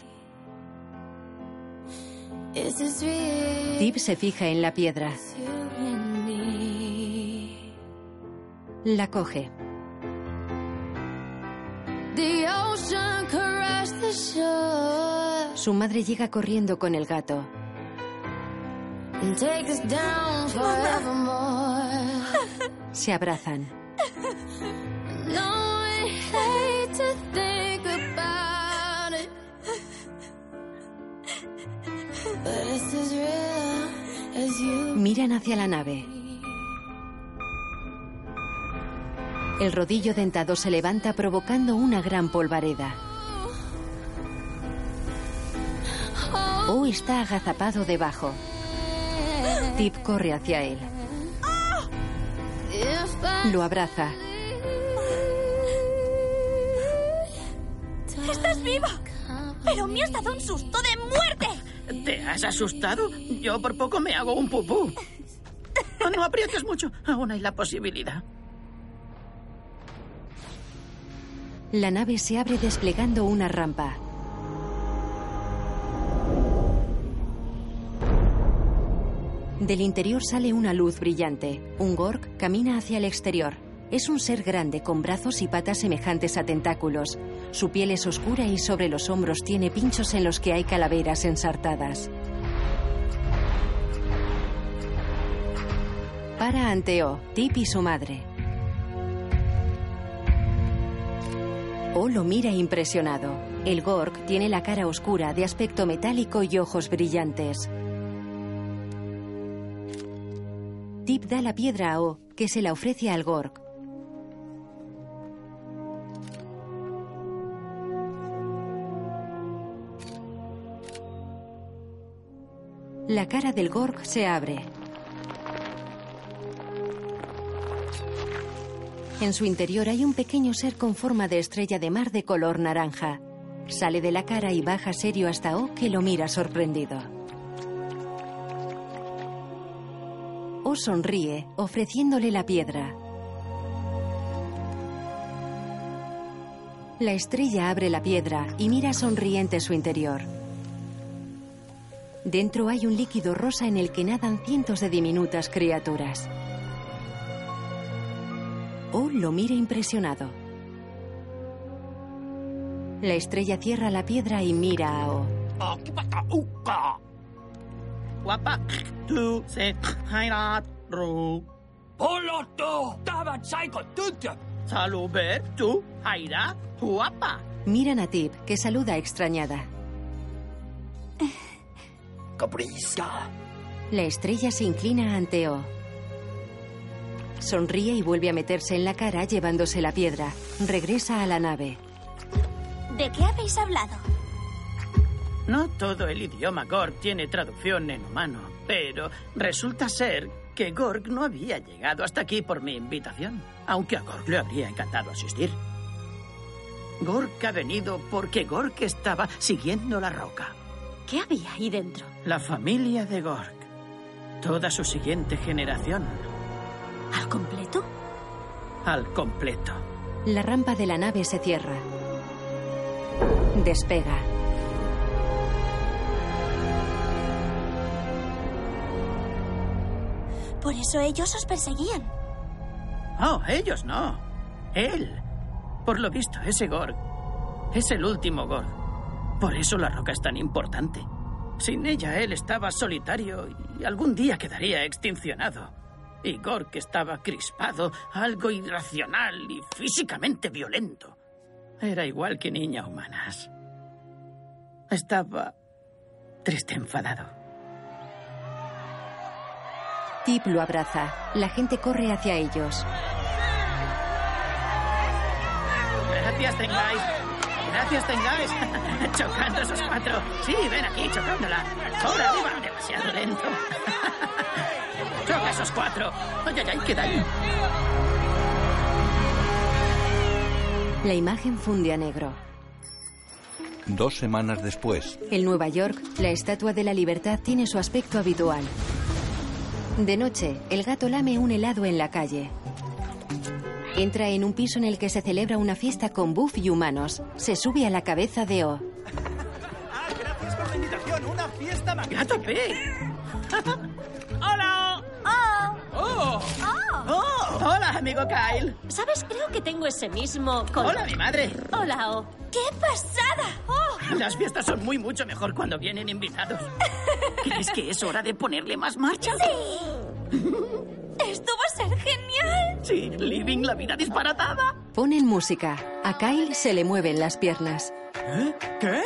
Is this real? Tip se fija en la piedra. You and me. La coge. The ocean Su madre llega corriendo con el gato. and take us down forevermore. Se abrazan. No, I hate to think about it, but it's as real as you. Miran hacia la nave. El rodillo dentado se levanta provocando una gran polvareda. O está agazapado debajo. Tip corre hacia él. If I Lo abraza. ¡Estás viva! ¡Pero me has dado un susto de muerte! ¿Te has asustado? Yo por poco me hago un pupú. No, no aprietes mucho. Aún hay la posibilidad. La nave se abre desplegando una rampa. Del interior sale una luz brillante. Un Gorg camina hacia el exterior. Es un ser grande con brazos y patas semejantes a tentáculos. Su piel es oscura y sobre los hombros tiene pinchos en los que hay calaveras ensartadas. Para ante O, Tip y su madre. O lo mira impresionado. El Gorg tiene la cara oscura, de aspecto metálico y ojos brillantes. Tip da la piedra a O, que se la ofrece al Gorg. La cara del Gorg se abre. En su interior hay un pequeño ser con forma de estrella de mar de color naranja. Sale de la cara y baja serio hasta O, que lo mira sorprendido. O sonríe, ofreciéndole la piedra. La estrella abre la piedra y mira sonriente su interior. Dentro hay un líquido rosa en el que nadan cientos de diminutas criaturas. O lo mira impresionado. La estrella cierra la piedra y mira a O. Guapa, tú se Heirat ru. Hola tú, Tabat Psycho Tutia. Saluber tú, Jaira, guapa. Miran a Tip, que saluda extrañada. Coprisca. La estrella se inclina ante O. Sonríe y vuelve a meterse en la cara llevándose la piedra. Regresa a la nave. ¿De qué habéis hablado? No todo el idioma Gorg tiene traducción en humano, pero resulta ser que Gorg no había llegado hasta aquí por mi invitación, aunque a Gorg le habría encantado asistir. Gorg ha venido porque Gorg estaba siguiendo la roca, ¿Qué había ahí dentro? la familia de Gorg, toda su siguiente generación, ¿Al completo? al completo. La rampa de la nave se cierra. Despega. Por eso ellos os perseguían. Oh, ellos no. Él. Por lo visto, ese Gorg. Es el último Gorg. Por eso la roca es tan importante. Sin ella, él estaba solitario y algún día quedaría extincionado. Y Gorg estaba crispado, algo irracional y físicamente violento. Era igual que niña humanas. Estaba triste, enfadado. Tip lo abraza. La gente corre hacia ellos. Gracias tengáis. Gracias tengáis. (laughs) Chocando esos cuatro. Sí, ven aquí, chocándola. Ahora iban demasiado lento. (laughs) Choca esos cuatro. Ay, ay, ay, qué daño. La imagen funde a negro. Dos semanas después, En Nueva York, la Estatua de la Libertad tiene su aspecto habitual. De noche, el gato lame un helado en la calle. Entra en un piso en el que se celebra una fiesta con buff y humanos. Se sube a la cabeza de O. Gracias por la invitación. Una fiesta magnífica. ¡Gato P! ¡Hola! ¡Oh! ¡Oh! Hola, amigo Kyle. ¿Sabes? Creo que tengo ese mismo color. Hola, mi madre. Hola, oh. O. ¡Qué pasada! ¡Oh! Las fiestas son muy mucho mejor cuando vienen invitados. ¿Crees que es hora de ponerle más marcha? (laughs) ¡Sí! ¡Esto va a ser genial! Sí, living la vida disparatada. Ponen música. A Kyle se le mueven las piernas. ¿Eh? ¿Qué?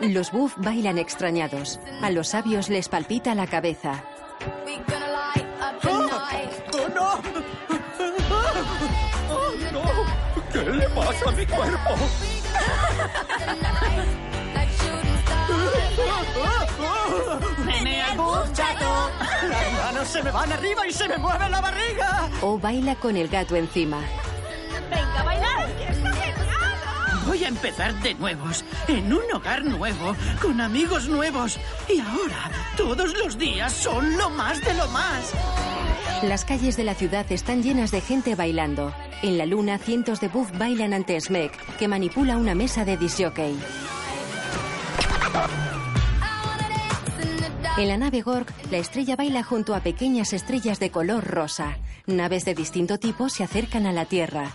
Los buff bailan extrañados. A los sabios les palpita la cabeza. ¡Oh, no! ¡Oh, no! (laughs) ¿Qué le pasa a mi cuerpo? ¡Menea el buf, chato! Las manos se me van arriba y se me mueve la barriga. O baila con el gato encima. Venga, bailar. Voy a empezar de nuevos, en un hogar nuevo, con amigos nuevos. Y ahora, todos los días son lo más de lo más. Las calles de la ciudad están llenas de gente bailando. En la luna, cientos de buff bailan ante Smek, que manipula una mesa de disjockey. En la nave Gorg, la estrella baila junto a pequeñas estrellas de color rosa. Naves de distinto tipo se acercan a la Tierra.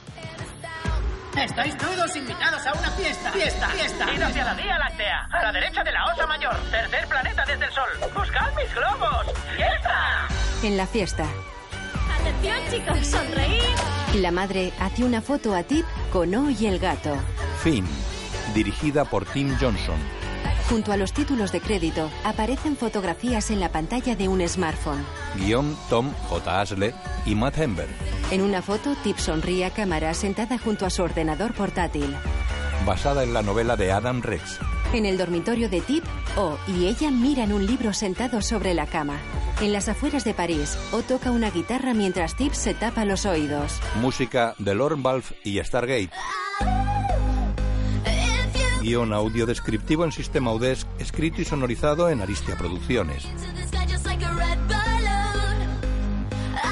Estáis todos invitados a una fiesta. Fiesta, fiesta. Id hacia la Vía Láctea, a la derecha de la Osa Mayor, tercer planeta desde el Sol. ¡Buscad mis globos! ¡Fiesta! En la fiesta, Atención, chicos, sonreír. la madre hace una foto a Tip con O y el gato. Fin. Dirigida por Tim Johnson. Junto a los títulos de crédito aparecen fotografías en la pantalla de un smartphone. Guión Tom J. Asle y Matt Hember. En una foto, Tip sonríe a cámara sentada junto a su ordenador portátil. Basada en la novela de Adam Rex. En el dormitorio de Tip, O y ella miran un libro sentado sobre la cama. En las afueras de París, O toca una guitarra mientras Tip se tapa los oídos. Música de Lorne Valve y Stargate. Guión audio descriptivo en sistema UDESC, escrito y sonorizado en Aristia Producciones. to the sky just like a red balloon. I-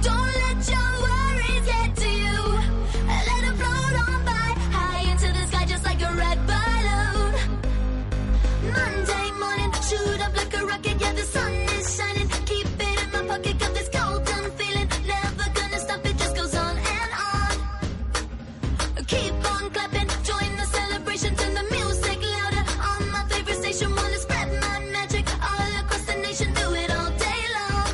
don't let your worries get to you. Let 'em float on by, high into the sky just like a red balloon. Monday morning, shoot up like a rocket, yeah, the sun is shining. Keep it in my pocket, got this cold, dumb feeling. Never gonna stop, it just goes on and on. Keep on clapping, join the celebration, turn the music louder. On my favorite station, wanna spread my magic all across the nation, do it all day long.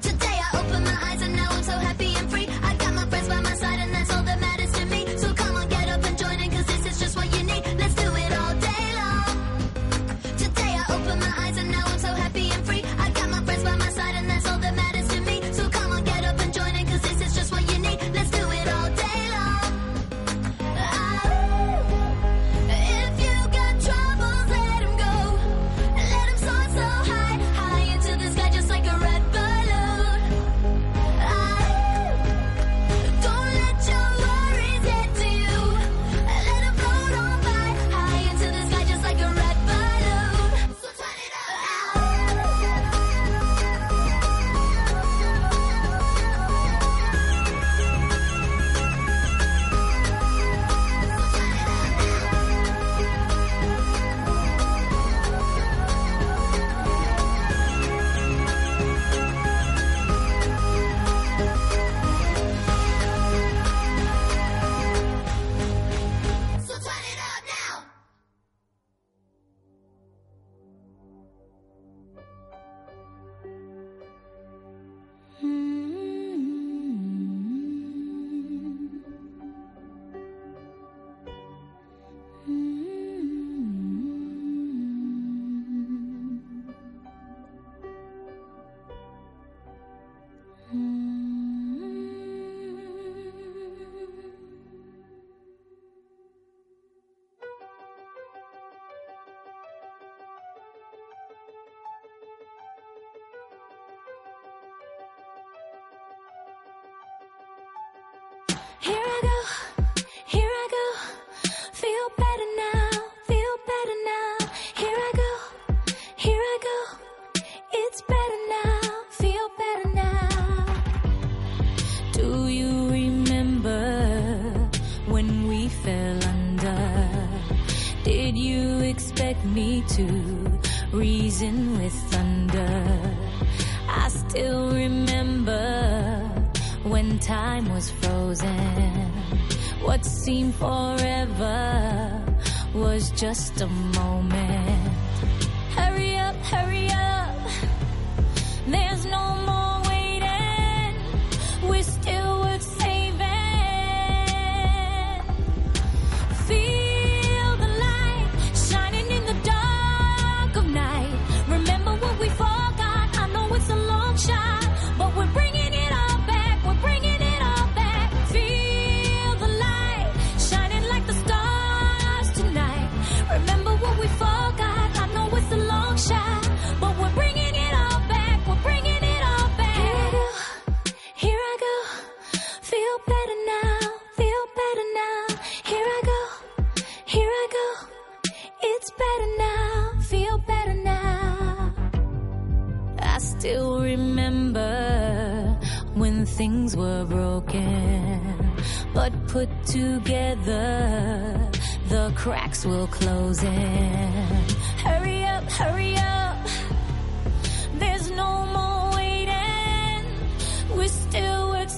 Today I open my eyes and now I'm so happy and free. I got my friends by my side and that's all that matters to me. So come on, get up and join in, cause this is just what you need. Let's do it all day long. Today I open my eyes and now I'm so happy and free. I got my friends by my side and that's all that matters to me. So come on, get up and join in, cause this is just what you need. Let's do it all day long. If you got troubles, let 'em go. Let 'em soar so high, high into the sky just like a red balloon. Don't let your worries get to you. Let 'em float on by, high into the sky just like a red balloon. So turn it up, so turn it up now. Mm-hmm. Here I go, here I go. Feel better now, feel better now. Here I go, here I go. It's better now, feel better now. Do you remember when we fell under? Did you expect me to reason with thunder. I still remember when time was frozen. What seemed forever was just a moment. Hurry up, hurry up. There's no more waiting. We're still worth saving. Feel the light shining in the dark of night. Remember what we forgot. I know it's a long shot, but we're bringing it all back. We're bringing it all back. Feel the light shining like the stars tonight. Remember what we forgot. I know it's a long shot, but we're bringing it all back. We're bringing it all back. Here I go. Here I go. Feel better now. Feel better now. Here I go. Here I go. It's better now. Feel better now. I still remember when things were broken, but put together, the cracks will close in. Hurry up, hurry up. There's no more waiting. We're still worth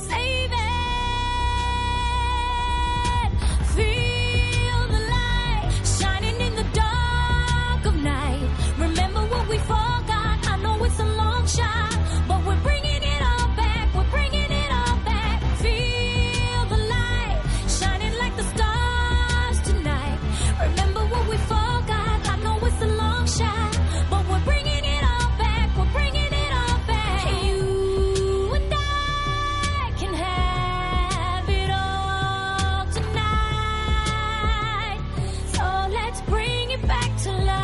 saving. Feel the light shining in the dark of night. Remember what we forgot. I know it's a long shot, but we're bringing it all back. We're bringing it all back. Feel the light shining like the stars tonight. Remember what we forgot. I know it's a long shot, but we're bringing it all back. We're bringing it all back. You and I can have it all tonight. So let's bring it back to life.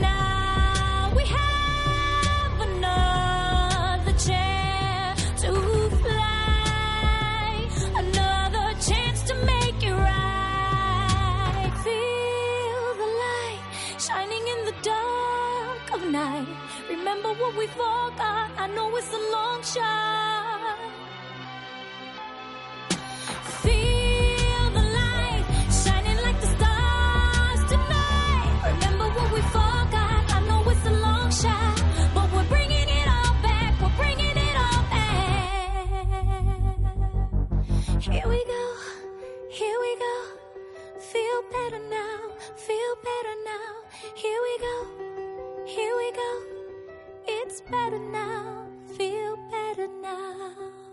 Now we have another chance to fly, another chance to make it right. Feel the light shining in the dark of night. Remember what we forgot. I know it's a long shot. Feel the light shining like the stars tonight. Remember what we forgot. I know it's a long shot, but we're bringing it all back. We're bringing it all back. Here we go. Here we go. Feel better now. Feel better now. Here we go. Here we go. It's better now. Feel better now.